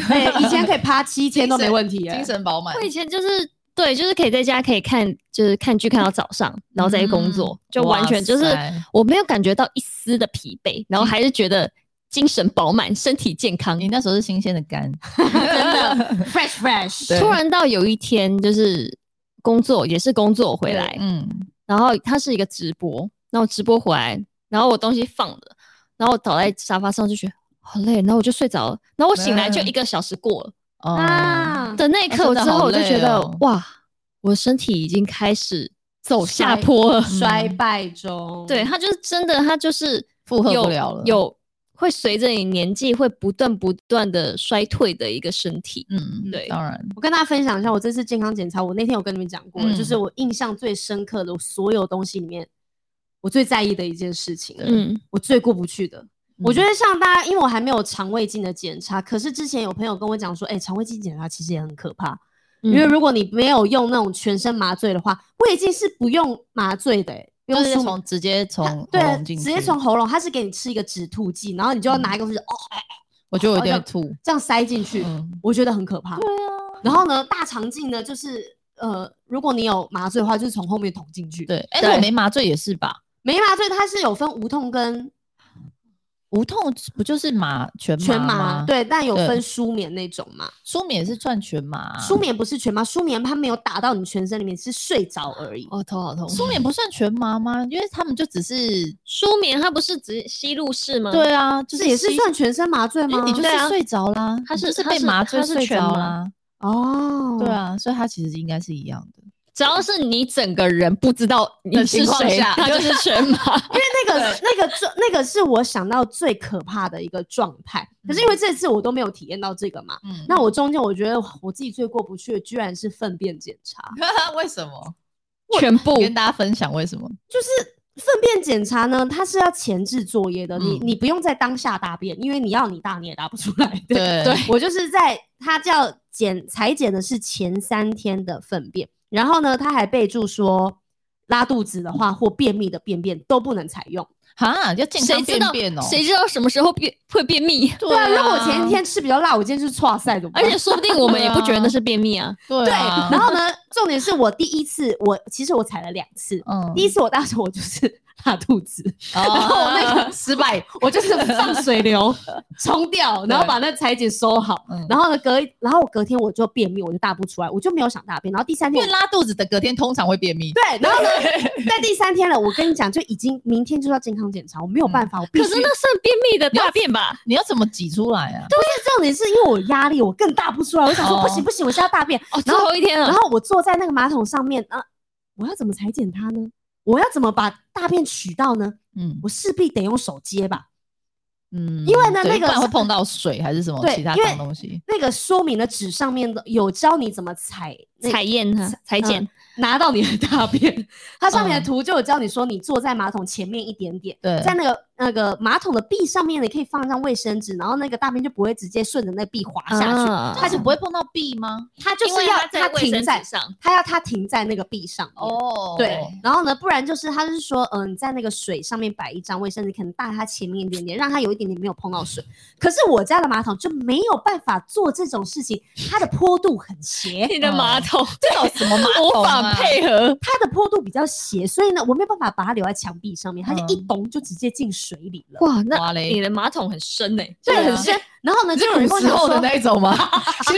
Speaker 1: 哎、以前可以趴七天都没问题、哎 (laughs)
Speaker 3: 精神饱满
Speaker 2: 我。以前就是对，就是可以在家可以看，就是看剧看到早上，然后再去工作，就完全就是
Speaker 3: 嗯哇塞
Speaker 2: 我没有感觉到一丝的疲惫，然后还是觉得精神饱满，身体健康
Speaker 3: 嗯你。那时候是新鲜的肝，
Speaker 1: fresh fresh，
Speaker 3: 对
Speaker 2: 突然到有一天，就是工作也是工作回来，
Speaker 3: 嗯，
Speaker 2: 然后它是一个直播，然后直播回来，然后我东西放了，然后我倒在沙发上就觉得好累，然后我就睡着了，然后我醒来就一个小时过了。
Speaker 3: 哦，
Speaker 1: 啊，
Speaker 2: 的那一
Speaker 3: 嗯啊
Speaker 2: 刻
Speaker 3: 真的
Speaker 2: 之后，
Speaker 3: 好
Speaker 2: 我就
Speaker 3: 累
Speaker 2: 觉得、
Speaker 3: 哦
Speaker 2: 哇，我身体已经开始走下
Speaker 1: 衰
Speaker 2: 坡了。
Speaker 1: 衰败中，
Speaker 2: 对，它就是真的，它就是
Speaker 3: 负荷不
Speaker 2: 有
Speaker 3: 了了
Speaker 2: 有会随着你年纪会不断不断的衰退的一个身体。
Speaker 3: 嗯，
Speaker 2: 对
Speaker 3: 当然，
Speaker 1: 我跟大家分享一下，我这次健康检查，我那天有跟你们讲过了，
Speaker 3: 嗯
Speaker 1: 就是我印象最深刻的，我所有东西里面，我最在意的一件事情，
Speaker 2: 嗯，
Speaker 1: 我最过不去的。我觉
Speaker 3: 得
Speaker 1: 得像大家，因为我还没有肠胃镜的检查，可是之前有朋友跟我讲说，哎、肠胃镜检查其实也很可怕，因为
Speaker 2: 嗯
Speaker 1: 如果你没有用那种全身麻醉的话，胃镜是不用麻醉的、欸，不
Speaker 3: 就
Speaker 1: 用
Speaker 3: 是
Speaker 1: 输
Speaker 3: 从直接从
Speaker 1: 它
Speaker 2: 啊
Speaker 3: 喉
Speaker 1: 对，
Speaker 3: 咙进
Speaker 1: 直
Speaker 3: 去，
Speaker 1: 接从，喉咙，它是给你吃一个止吐剂，然后你就要拿一个东西、哦，
Speaker 3: 我觉得我有点
Speaker 1: 好像
Speaker 3: 吐，
Speaker 1: 这样塞进去，
Speaker 3: 嗯，
Speaker 1: 我觉得很可怕。对啊。然后呢，大肠镜呢，就是呃，如果你有麻醉的话，就是从后面捅进去。，
Speaker 3: 对，哎，
Speaker 2: 对
Speaker 3: 我没麻醉也是吧？
Speaker 1: 没麻醉它是有分无痛跟
Speaker 3: 无痛不就是麻全
Speaker 1: 全麻，
Speaker 3: 麻吗？，
Speaker 1: 对，但有
Speaker 3: 对啊
Speaker 1: 分舒眠那种嘛。
Speaker 3: 舒眠也是算全麻，
Speaker 1: 舒眠不是全麻，舒眠它没有打到你全身里面，是睡着而已。
Speaker 2: 哦，头好痛。
Speaker 3: 舒眠不算全麻吗？因为他们就只是，
Speaker 2: 舒眠它不是只吸入式吗？，
Speaker 3: 对啊，就
Speaker 1: 这
Speaker 3: 是
Speaker 1: 也是
Speaker 3: 吸
Speaker 1: 算全身麻醉
Speaker 3: 因
Speaker 1: 吗
Speaker 3: 为？你就
Speaker 2: 对啊
Speaker 3: 是睡着啦，
Speaker 2: 它
Speaker 3: 你
Speaker 2: 是
Speaker 3: 就是
Speaker 2: 它
Speaker 3: 被
Speaker 2: 是
Speaker 3: 麻
Speaker 2: 它
Speaker 3: 醉
Speaker 2: 是
Speaker 3: 睡
Speaker 2: 全
Speaker 3: 着
Speaker 2: 麻
Speaker 3: 啦，
Speaker 1: 哦，
Speaker 3: 对，啊，所以它其实应该是一样的。
Speaker 2: 只要是你整个人不知道你
Speaker 3: 的
Speaker 2: 是
Speaker 3: 情况
Speaker 2: 谁，
Speaker 3: 下
Speaker 2: 它 (laughs) 就是全麻。
Speaker 1: 那个那个最那个是我想到最可怕的一个状态。可是因为这次我都没有体验到这个嘛，
Speaker 3: 嗯
Speaker 1: 那我中间我觉得我自己最过不去的，居然是粪便检查。 (laughs)
Speaker 3: 为什 (laughs) 么？
Speaker 2: 全部
Speaker 3: 跟大家分享为什么？
Speaker 1: 粪便检查呢，它是要前置作业的，你
Speaker 3: 嗯
Speaker 1: 你不用在当下大便，因为你要你大你也大不出来。
Speaker 3: 对对
Speaker 1: (laughs) 我就是在它叫检裁剪的是前三天的粪便，然后呢，它还备注说拉肚子的话或便秘的便便都不能采用。
Speaker 3: 哈，要健
Speaker 2: 谁
Speaker 3: 康
Speaker 2: 知
Speaker 3: 便
Speaker 2: 道
Speaker 3: 便哦。
Speaker 2: 谁知道什么时候便会便秘？
Speaker 1: 对啊，如果我前一天吃比较辣，我今天就是错塞怎么办
Speaker 2: 而且说不定我们也不觉得那是便秘 (laughs) 啊。
Speaker 3: 对
Speaker 1: (laughs) 对，
Speaker 3: 啊，
Speaker 1: 然后呢，重点是我第一次我其实我踩了两次，
Speaker 3: 嗯哦
Speaker 1: 第一次我当时我就是 (laughs) 拉肚子。然后我那个失 (laughs) 败，我就是放水流 (laughs) 冲掉，然后把那裁剪收好
Speaker 3: 嗯。
Speaker 1: 然后呢，隔一然后我隔天我就便秘，我就大不出来，我就没有想大便。然后第三
Speaker 3: 因
Speaker 1: 天
Speaker 3: 为，拉肚子的隔天通常会便秘。
Speaker 1: 对，然后呢，在第三天了，我跟你讲，就已经明天就要健康检查，我没有办法，我必
Speaker 2: 可
Speaker 1: 须
Speaker 2: 是。那算便秘的大便吧？
Speaker 3: 你要怎么挤出来啊？
Speaker 1: 重点是因为我压力，我更大不 (laughs) 出来，我想说
Speaker 3: 哦
Speaker 1: 不行不行，我现在要大 (laughs) 便。
Speaker 2: 哦，最
Speaker 1: 然后
Speaker 2: 后一天
Speaker 1: 然
Speaker 2: 了，
Speaker 1: 后我坐在那个马桶上面，啊，我要怎么裁剪它呢？我要怎么把大便取到呢？
Speaker 3: 嗯
Speaker 1: 我势必得用手接吧。
Speaker 3: 嗯，
Speaker 1: 因为呢
Speaker 3: 对
Speaker 1: 那个
Speaker 3: 不然会碰到水还是什么
Speaker 1: 对
Speaker 3: 其他
Speaker 1: 因为
Speaker 3: 脏东西。
Speaker 1: 那个说明的纸上面的有教你怎么采那
Speaker 2: 采验它，裁
Speaker 1: 嗯
Speaker 2: 剪。
Speaker 1: 拿到你的大便，它上
Speaker 3: 嗯
Speaker 1: 面的图就有教你说，你坐在马桶前面一点点，
Speaker 3: 对，
Speaker 1: 在那个那个马桶的壁上面，你可以放一张卫生纸，然后那个大便就不会直接顺着那壁滑下去，
Speaker 2: 啊
Speaker 3: 它就不会碰到壁
Speaker 1: (laughs)
Speaker 3: 吗？
Speaker 1: 它就
Speaker 2: 因为
Speaker 1: 是要
Speaker 2: 它在卫
Speaker 1: 停
Speaker 2: 生
Speaker 1: 在
Speaker 2: 纸，上。
Speaker 1: 它要它停在那个壁上面。
Speaker 3: 哦
Speaker 1: 对，然后呢，不然就是它是说，嗯、你在那个水上面摆一张卫生纸，可能搭在它前面一点点，让它有一点点没有碰到水。可是我家的马桶就没有办法做这种事情，它的坡度很斜，
Speaker 2: 你的马桶
Speaker 3: 这有什么马
Speaker 2: 无
Speaker 1: (laughs)
Speaker 3: 桶
Speaker 2: 法
Speaker 3: 啊？
Speaker 2: 配合，
Speaker 1: 它的坡度比较斜，所以呢，我没有办法把它留在墙壁上面，它
Speaker 3: 嗯
Speaker 1: 就一咚就直接进水里了。
Speaker 2: 哇，
Speaker 3: 哇嘞
Speaker 2: 你的马桶很深
Speaker 1: (laughs)
Speaker 2: 呢、欸，
Speaker 1: 对，
Speaker 3: 对啊
Speaker 1: 很深。然后呢，就有人跟
Speaker 3: 古
Speaker 1: 我
Speaker 3: 时
Speaker 1: 讲
Speaker 3: 候的
Speaker 1: 说，
Speaker 3: 那一种
Speaker 1: (laughs)
Speaker 3: 吗？
Speaker 2: 其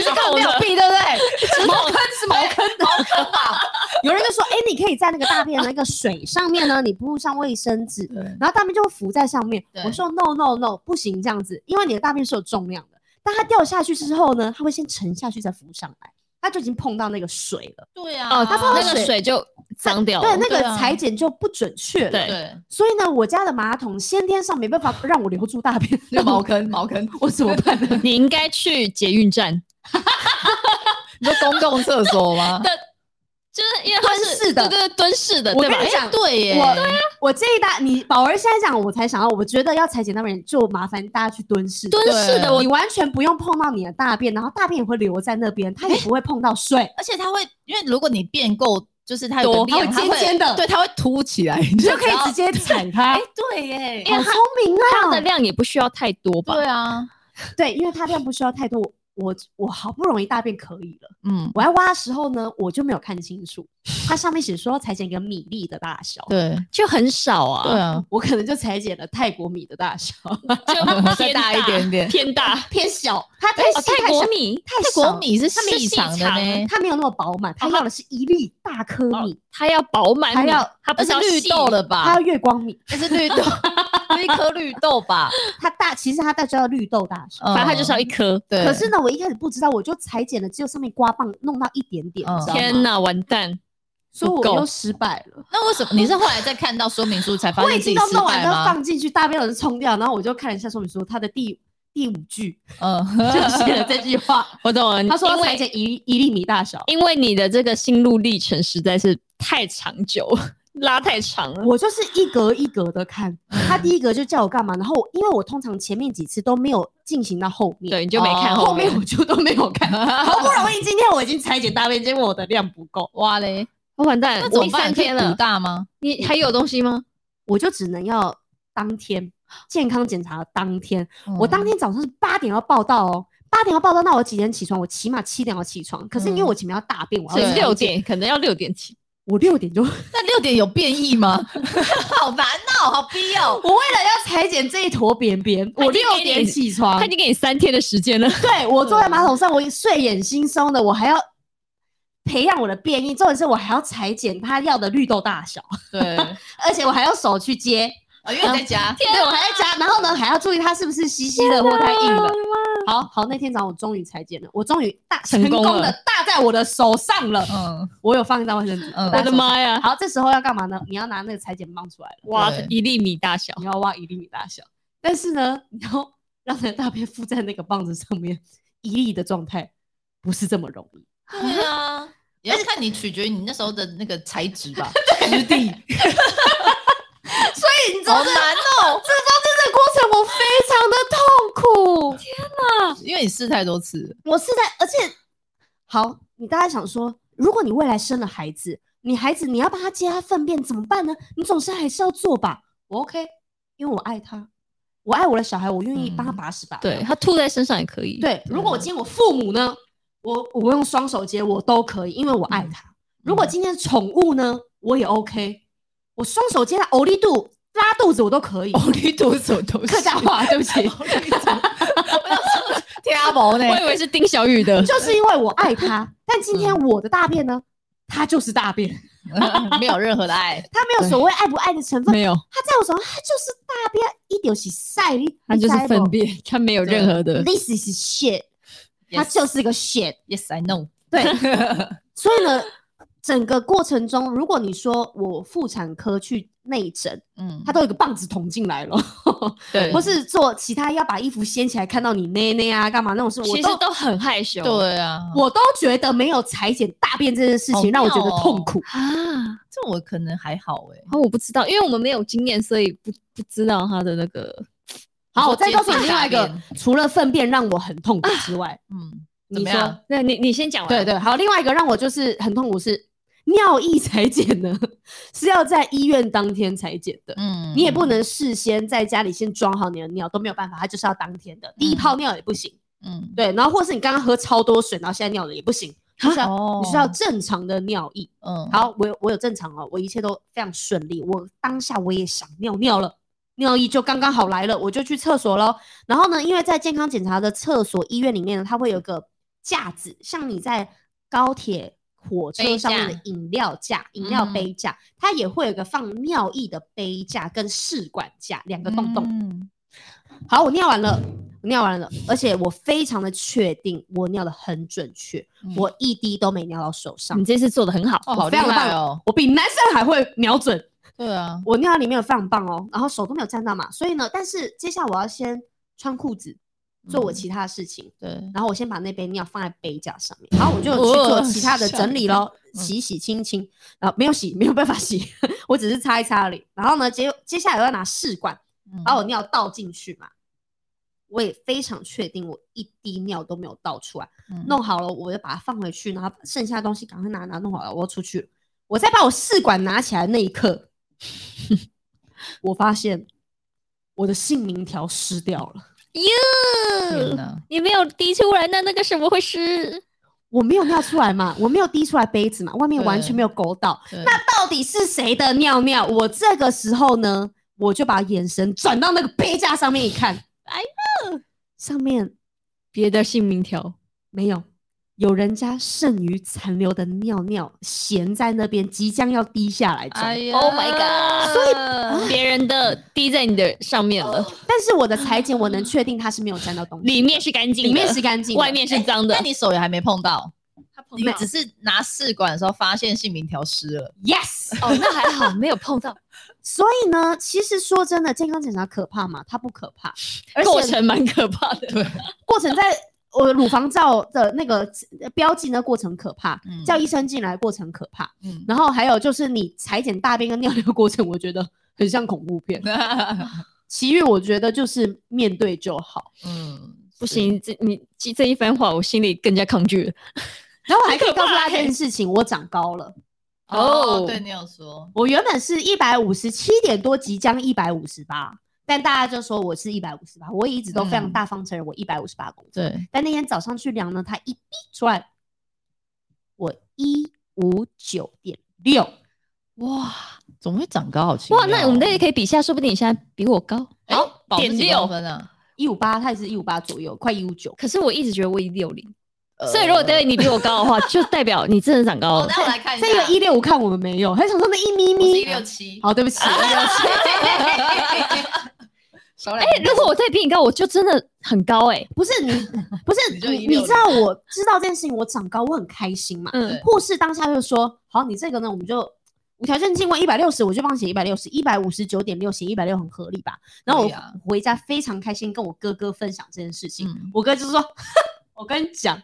Speaker 3: (laughs)
Speaker 2: 实
Speaker 3: 它没有
Speaker 2: 壁，对不对？
Speaker 1: 茅坑是茅坑的，茅坑吧。有人就说，哎，你可以在那个大便的那个水上面呢，你铺上卫
Speaker 3: (laughs)
Speaker 1: 生纸，
Speaker 3: 对，
Speaker 1: 然后大便就会浮在上面。
Speaker 3: 对
Speaker 1: 我说 no no no，不行这样子，因为你的大便是有重量的。但它掉下去之后呢，它会先沉下去再浮上来，它就已经碰到那个水了。
Speaker 3: 对啊，
Speaker 2: 哦，
Speaker 1: 它放在
Speaker 2: 那个
Speaker 1: 水
Speaker 2: 水就脏掉了。
Speaker 1: 对，那
Speaker 3: 对
Speaker 1: 个
Speaker 3: 啊
Speaker 1: 裁剪就不准确了。
Speaker 2: 对
Speaker 3: 对，
Speaker 1: 所以呢，我家的马桶先天上没办法让我留住大便，
Speaker 3: (laughs) 那个茅坑，茅坑，
Speaker 1: (laughs) 我怎么办呢？
Speaker 2: 你应该去捷
Speaker 1: (laughs)
Speaker 2: 运站，
Speaker 3: 你说公共厕所 (laughs) 吗？
Speaker 2: 就是因为它是
Speaker 1: 蹲式的
Speaker 2: 对对对，蹲式的，
Speaker 1: 我
Speaker 2: 哎对吧
Speaker 1: 跟？你讲，
Speaker 3: 对耶，
Speaker 1: 我
Speaker 2: 啊
Speaker 1: 我建议大你宝儿现在讲，我才想到，我觉得要裁剪大便就麻烦大家去蹲式，
Speaker 2: 蹲式的
Speaker 3: 对
Speaker 2: 我
Speaker 1: 你完全不用碰到你的大便，然后大便也会留在那边，它也不会碰到水。
Speaker 3: 而且它会，因为如果你变够，就是它有个
Speaker 1: 多
Speaker 3: 量
Speaker 1: 它会尖尖的
Speaker 3: 对，它会凸起来，你
Speaker 1: 你
Speaker 3: 就
Speaker 1: 就可以直接踩
Speaker 3: 哎
Speaker 1: 它，好，
Speaker 3: 对耶，
Speaker 2: 因为
Speaker 1: 聪明
Speaker 2: 它的
Speaker 1: 啊！
Speaker 2: 量也不需要太多吧？
Speaker 3: 对啊，
Speaker 1: 对，因为它量不需要太多，我我我好不容易大便可以了，
Speaker 3: 嗯，
Speaker 1: 我要挖的时候呢，我就没有看清楚，它上面写说裁剪一个米粒的大小，
Speaker 3: 对
Speaker 2: 就很少啊，
Speaker 3: 对啊，
Speaker 1: 我可能就裁剪了泰国米的大小， (laughs)
Speaker 3: 再
Speaker 2: 就偏
Speaker 3: 大一点点
Speaker 2: 啊偏大。
Speaker 1: 偏小，它哎太
Speaker 2: 哦
Speaker 1: 细
Speaker 2: 泰
Speaker 1: 太
Speaker 2: 国
Speaker 1: 小
Speaker 2: 米，
Speaker 1: 太
Speaker 3: 泰
Speaker 1: 少
Speaker 3: 国米是
Speaker 2: 他们是
Speaker 3: 细
Speaker 2: 细
Speaker 3: 长的
Speaker 2: 长
Speaker 3: 呢，
Speaker 1: 它没有那么饱满，它
Speaker 2: 哦
Speaker 1: 要的是一粒大颗
Speaker 2: 哦
Speaker 1: 米，
Speaker 2: 它要饱满米，
Speaker 1: 它要呃
Speaker 2: 它不
Speaker 3: 那
Speaker 2: 是要
Speaker 3: 是绿
Speaker 2: 细
Speaker 3: 豆了
Speaker 1: 它
Speaker 3: 吧
Speaker 1: 要？月光米，
Speaker 3: 那是绿豆，那一颗绿豆吧？
Speaker 1: 它大其实它大就要绿豆大小。
Speaker 3: 嗯
Speaker 2: 反正它就是要一颗。
Speaker 3: 对，
Speaker 1: 可是呢，我一开始不知道，我就裁剪了，只有上面刮棒弄到一点点，
Speaker 3: 嗯
Speaker 1: 你知道吗？
Speaker 2: 天哪，完蛋！
Speaker 1: 所以我
Speaker 2: 不够
Speaker 1: 又失败了。
Speaker 3: 那为什么你是后来再看到说明书才发
Speaker 1: 我
Speaker 3: 现
Speaker 1: 已
Speaker 3: 自己
Speaker 1: 经都
Speaker 3: 失
Speaker 1: 弄完
Speaker 3: 败
Speaker 1: 都
Speaker 3: 吗？
Speaker 1: 放进去，大便有人冲掉，然后我就看了一下说明书，它的第第五句就
Speaker 3: 嗯，
Speaker 1: 写了这句话，
Speaker 2: 我懂了，
Speaker 1: 他说
Speaker 2: 嗯因
Speaker 1: 要裁
Speaker 2: 为
Speaker 1: 剪一一粒米大小，
Speaker 2: 因为你的这个心路历程实在是太长久，拉太长了。
Speaker 1: 我就是一格一格的看，他第一格就叫我干嘛，然后我因为我通常前面几次都没有进行到后面，
Speaker 2: 对，你就没看
Speaker 1: 哦后
Speaker 2: 后面
Speaker 1: 面。我就都没有
Speaker 3: (laughs)
Speaker 1: 看，(laughs) 好不容易今天我已经裁剪大便，结果我的量不够，
Speaker 3: 哇嘞，
Speaker 2: 我完蛋，
Speaker 3: 那
Speaker 2: 我
Speaker 3: 怎么
Speaker 2: 第
Speaker 3: 办？
Speaker 2: 三
Speaker 3: 可以
Speaker 2: 天
Speaker 3: 补
Speaker 2: 了，
Speaker 3: 大吗？
Speaker 2: 你还有东西吗？
Speaker 1: 我就只能要当天健康检查当天，我
Speaker 3: 嗯
Speaker 1: 当天早上是八点要报到哦。八点要报到，那我几点起床？我起码七点要起床。可是因为
Speaker 3: 嗯
Speaker 1: 我前面要大便，我
Speaker 3: 所以
Speaker 1: 要
Speaker 2: 是
Speaker 1: 去
Speaker 2: 六
Speaker 1: 大便
Speaker 2: 点，可能要六点起。
Speaker 1: 我六点就，我为
Speaker 3: 那六点有变异
Speaker 1: (laughs)
Speaker 3: 吗？好烦哦，好逼哦。
Speaker 1: 了要裁剪这一坨便便，
Speaker 2: 他已
Speaker 1: 我
Speaker 2: 经
Speaker 1: 六
Speaker 2: 给你
Speaker 1: 点起床
Speaker 2: 他已，经给你三天的时间了，
Speaker 1: 对我坐在马桶上，我睡眼惺忪的，我还要培养我的便意，重点是我还要裁剪他要的绿豆大小，
Speaker 2: (laughs)
Speaker 3: 对，
Speaker 1: 而且我还要手去接，
Speaker 3: 哦因为你在家，
Speaker 1: 对我还在夹，然后呢还要注意它是不是稀稀的或太硬了。好好，那天早上我终于裁剪了，我终于大
Speaker 2: 成
Speaker 1: 功
Speaker 2: 功了
Speaker 1: 的大在我的手上了，
Speaker 3: 嗯，
Speaker 1: 我有放一张卫生纸，
Speaker 3: 嗯
Speaker 1: 戴
Speaker 2: 我
Speaker 1: 手上！
Speaker 2: 的妈呀！
Speaker 1: 好，这时候要干嘛呢？你要拿那个裁剪棒出来了。
Speaker 2: 哇
Speaker 3: 对，
Speaker 2: 一粒米大小，
Speaker 1: 你要挖一粒米大小，但是呢，你要让它的大便附在那个棒子上面，一粒的状态不是这么容易。
Speaker 3: 对啊，也要看你取决于你那时候的那个材质
Speaker 1: (laughs)
Speaker 3: 吧，质地。
Speaker 1: 所以你知
Speaker 3: 好
Speaker 1: 道这
Speaker 3: 难哦，
Speaker 1: 这个过程我非常的痛苦，
Speaker 3: 因为你试太多次了， (laughs)
Speaker 1: 我是在，而且好，你大家想说，如果你未来生了孩子，你孩子你要帮他接他粪便怎么办呢？你总是还是要做吧。我 OK，因为我爱他，我爱我的小孩，我愿意帮他
Speaker 3: 嗯
Speaker 1: 把屎把尿。
Speaker 2: 对，它吐在身上也可 (laughs) 以。，
Speaker 1: 对，如果我今天我父母呢，我我用双手接我都可以，因为我爱他。如果今天是宠物呢，我也 OK，我双手接他，呕力肚拉肚子我都可以。
Speaker 2: 哦
Speaker 3: 力度什么东
Speaker 1: 客家
Speaker 2: (laughs)
Speaker 1: 话，对不起，
Speaker 3: 贴毛呢
Speaker 2: 我以为是丁小雨
Speaker 1: (laughs)
Speaker 2: 的，
Speaker 1: 就是因为我爱他。但今天我的大便呢，它就是大便，
Speaker 3: 没有任何的爱，
Speaker 1: 它没有所谓爱不爱的成分，
Speaker 2: 没有，
Speaker 1: 它在我手上，它就是大便，一丢洗晒，
Speaker 2: 它就是粪。便，它没有任何的
Speaker 1: 你知道吗。This is shit，它
Speaker 3: Yes
Speaker 1: 就是个 shit。
Speaker 3: Yes, I know。
Speaker 1: 对， (laughs)
Speaker 2: (laughs)
Speaker 1: 所以呢，整个过程中，如果你说我妇产科去内诊，
Speaker 3: 嗯
Speaker 1: 他都有一个棒子捅进来了，
Speaker 3: 对
Speaker 1: 或是做其他要把衣服掀起来看到你内内啊干嘛那种事，我
Speaker 2: 其实
Speaker 1: 都
Speaker 2: 都很害羞。
Speaker 3: 对啊，
Speaker 1: 我都觉得没有裁剪大便这件事
Speaker 3: 好
Speaker 1: 情让我觉得
Speaker 3: 妙哦
Speaker 1: 痛苦。
Speaker 2: 啊，
Speaker 3: 这我可能还好哎。
Speaker 2: 哦，我不知道，因为我们没有经验，所以不不知道他的那个。
Speaker 1: 好，
Speaker 3: 说
Speaker 1: 我再
Speaker 3: 接
Speaker 1: 告诉你
Speaker 3: 近
Speaker 1: 另外一
Speaker 3: 大
Speaker 1: 个
Speaker 3: 便，
Speaker 1: 除了粪便让我很痛苦之外，
Speaker 3: 嗯，怎
Speaker 1: 你
Speaker 3: 么
Speaker 1: 说
Speaker 3: 样？
Speaker 2: 那你你先讲完。
Speaker 1: 对对，好，另外一个让我就是很痛苦是尿液裁剪呢， (laughs) 是要在医院当天裁剪的。
Speaker 3: 嗯
Speaker 1: 你也不，能事先在家里先装好你的尿，都没有办法，它就是要当天的。第一泡尿也不行，
Speaker 3: 嗯，
Speaker 1: 对，然后或是你刚刚喝超多水，然后现在尿了也不
Speaker 3: (laughs)
Speaker 1: 行，就是要、
Speaker 3: 哦
Speaker 1: 你需要正常的尿意。
Speaker 3: 嗯，
Speaker 1: 好，我有我有正常哦，我一切都非常顺利，我当下我也想尿尿了。尿意就刚刚好来了，我就去厕所喽。然后呢，因为在健康检查的厕所、医院里面呢，它会有个架子，像你在高铁、火车
Speaker 3: 杯
Speaker 1: 上面的
Speaker 3: 架
Speaker 1: 饮料架、饮料
Speaker 3: 嗯
Speaker 1: 杯架，它也会有个放尿液的杯架跟试管架两个洞洞。
Speaker 3: 嗯
Speaker 1: 好，我尿完了，我尿完了，而且我非常的确定我尿的很准确，
Speaker 3: 嗯
Speaker 1: 我一滴都没尿到手上
Speaker 2: 你，这次做的很好。
Speaker 3: 哦，好
Speaker 1: 我
Speaker 3: 厉
Speaker 1: 非常
Speaker 3: 害
Speaker 1: 棒
Speaker 3: 哦，
Speaker 1: 我比男生还会瞄准。
Speaker 3: 对啊，
Speaker 1: 我尿里面有非常棒哦，然后手都没有沾到嘛，所以呢，但是接下来我要先穿裤子，做我
Speaker 3: 嗯
Speaker 1: 其他的事情，
Speaker 3: 对，
Speaker 1: 然后我先把那杯尿放在杯架上面，然后我就去做其他的整理喽，
Speaker 3: 嗯
Speaker 1: 洗一洗清一清，然后没有洗，没有办法洗， (laughs) 我只是擦一擦而已。然后呢，接接下来我要拿试管
Speaker 3: 嗯
Speaker 1: 把我尿倒进去嘛，我也非常确定我一滴尿都没有倒出来。
Speaker 3: 嗯
Speaker 1: 弄好了，我就把它放回去，然后把剩下的东西赶快拿拿弄好了，我要出去了。我再把我试管拿起来那一刻， (laughs) 我发现我的姓名条湿掉了，
Speaker 3: 天
Speaker 2: 哟，
Speaker 3: 哪，
Speaker 2: 你没有滴出来，那那个什么会是？
Speaker 1: 我没有尿出来嘛，我没有滴出来杯子嘛，外面完全
Speaker 3: 对
Speaker 1: 没有勾到。
Speaker 3: 对
Speaker 1: 那到底是谁的尿尿？我这个时候呢，我就把眼神转到那个杯架上面一看，哎呀，上面
Speaker 2: 别的姓名条，
Speaker 1: 没有，有人家剩余残留的尿尿闲在那边，即将要滴下来中。
Speaker 3: 哎呀
Speaker 2: Oh my god
Speaker 3: 所以
Speaker 2: 别人的滴在你的上面了，
Speaker 1: 但是我的裁剪，我能确定它是没有沾到东西，
Speaker 2: (laughs) 里面是干净的，哎
Speaker 1: 里面是干净的，
Speaker 2: 外面是脏的
Speaker 3: 那。你手也还没碰到，
Speaker 2: 他碰
Speaker 3: 你只是拿试管的时候发现姓名条湿了。
Speaker 1: yes。
Speaker 2: 哦，那还好没有碰 (laughs) 到，
Speaker 1: 所以呢，其实说真的，健康检查可怕吗？它不可
Speaker 2: (laughs)
Speaker 1: 怕，而且
Speaker 2: 过程蛮可怕的。
Speaker 3: 对，
Speaker 1: 过程在我乳房照的那个呃标记那过程可怕，
Speaker 3: 嗯
Speaker 1: 叫医生进来过程可怕，
Speaker 3: (laughs) 嗯，
Speaker 1: 然后还有就是你裁剪大便跟尿流过程，我觉得很像恐怖片。
Speaker 2: 嗯
Speaker 1: 其余我觉得就是面对就好，
Speaker 3: 嗯，
Speaker 2: (laughs) 不行，这你这这一番话，我心里更加抗拒了。
Speaker 1: 然后我还可以告诉
Speaker 2: 很可怕
Speaker 1: 大家
Speaker 2: 欸
Speaker 1: 一件事情，我长高了。
Speaker 2: 哦
Speaker 3: 哦，对你有说，
Speaker 1: 我原本是一百五十七点多，即将一百五十八，但大家就说我是一百五十八，我也一直都非常
Speaker 3: 嗯
Speaker 1: 大方承认我一百五十八公斤。
Speaker 3: 对，
Speaker 1: 但那天早上去量呢，它一逼出来，我一五九点六。
Speaker 3: 哇，总会长高，好奇
Speaker 2: 哇，那
Speaker 3: 妙
Speaker 2: 我们
Speaker 3: 哦
Speaker 2: 这里可以比一下，说不定你现在比我高。
Speaker 3: 哎
Speaker 2: 好，
Speaker 3: 宝是
Speaker 2: 点
Speaker 3: 几
Speaker 2: 六
Speaker 3: 公。分啊，
Speaker 1: 一五八，它也是一五八左右，快一五九。
Speaker 2: 可是我一直觉得我一六零， (laughs) 所以
Speaker 3: 呃
Speaker 2: 如果对你比我高的话，就代表你真的长高
Speaker 3: 哦，
Speaker 2: 了。
Speaker 3: 那我来看一下，
Speaker 1: 这个一六五看我们没有，还想说那一
Speaker 3: 我
Speaker 1: 咪
Speaker 3: 是
Speaker 1: 咪
Speaker 3: 一。六七，
Speaker 1: 好，对不起，一六
Speaker 3: (laughs)
Speaker 1: 七。
Speaker 3: 少两
Speaker 2: (laughs) 哎
Speaker 3: 公，
Speaker 2: 如果我再比你高，我就真的很高哎。
Speaker 1: 不是你，不
Speaker 3: 你
Speaker 1: 是
Speaker 3: 就
Speaker 1: 你，
Speaker 3: 160
Speaker 1: 你知道我知道这件事情，我长高我很开心嘛。
Speaker 2: 嗯
Speaker 3: 对，
Speaker 1: 护士当下就说：“好，你这个呢，我们就无条件进位一百六十，我就帮你写一百六十，一百五十九点六写一百六很合理吧？”然后
Speaker 3: 可
Speaker 1: 我
Speaker 3: 以啊
Speaker 1: 回家非常开心，跟我哥哥分享这件事情。
Speaker 3: 嗯
Speaker 1: 我哥就说：“ (laughs) 我跟你讲，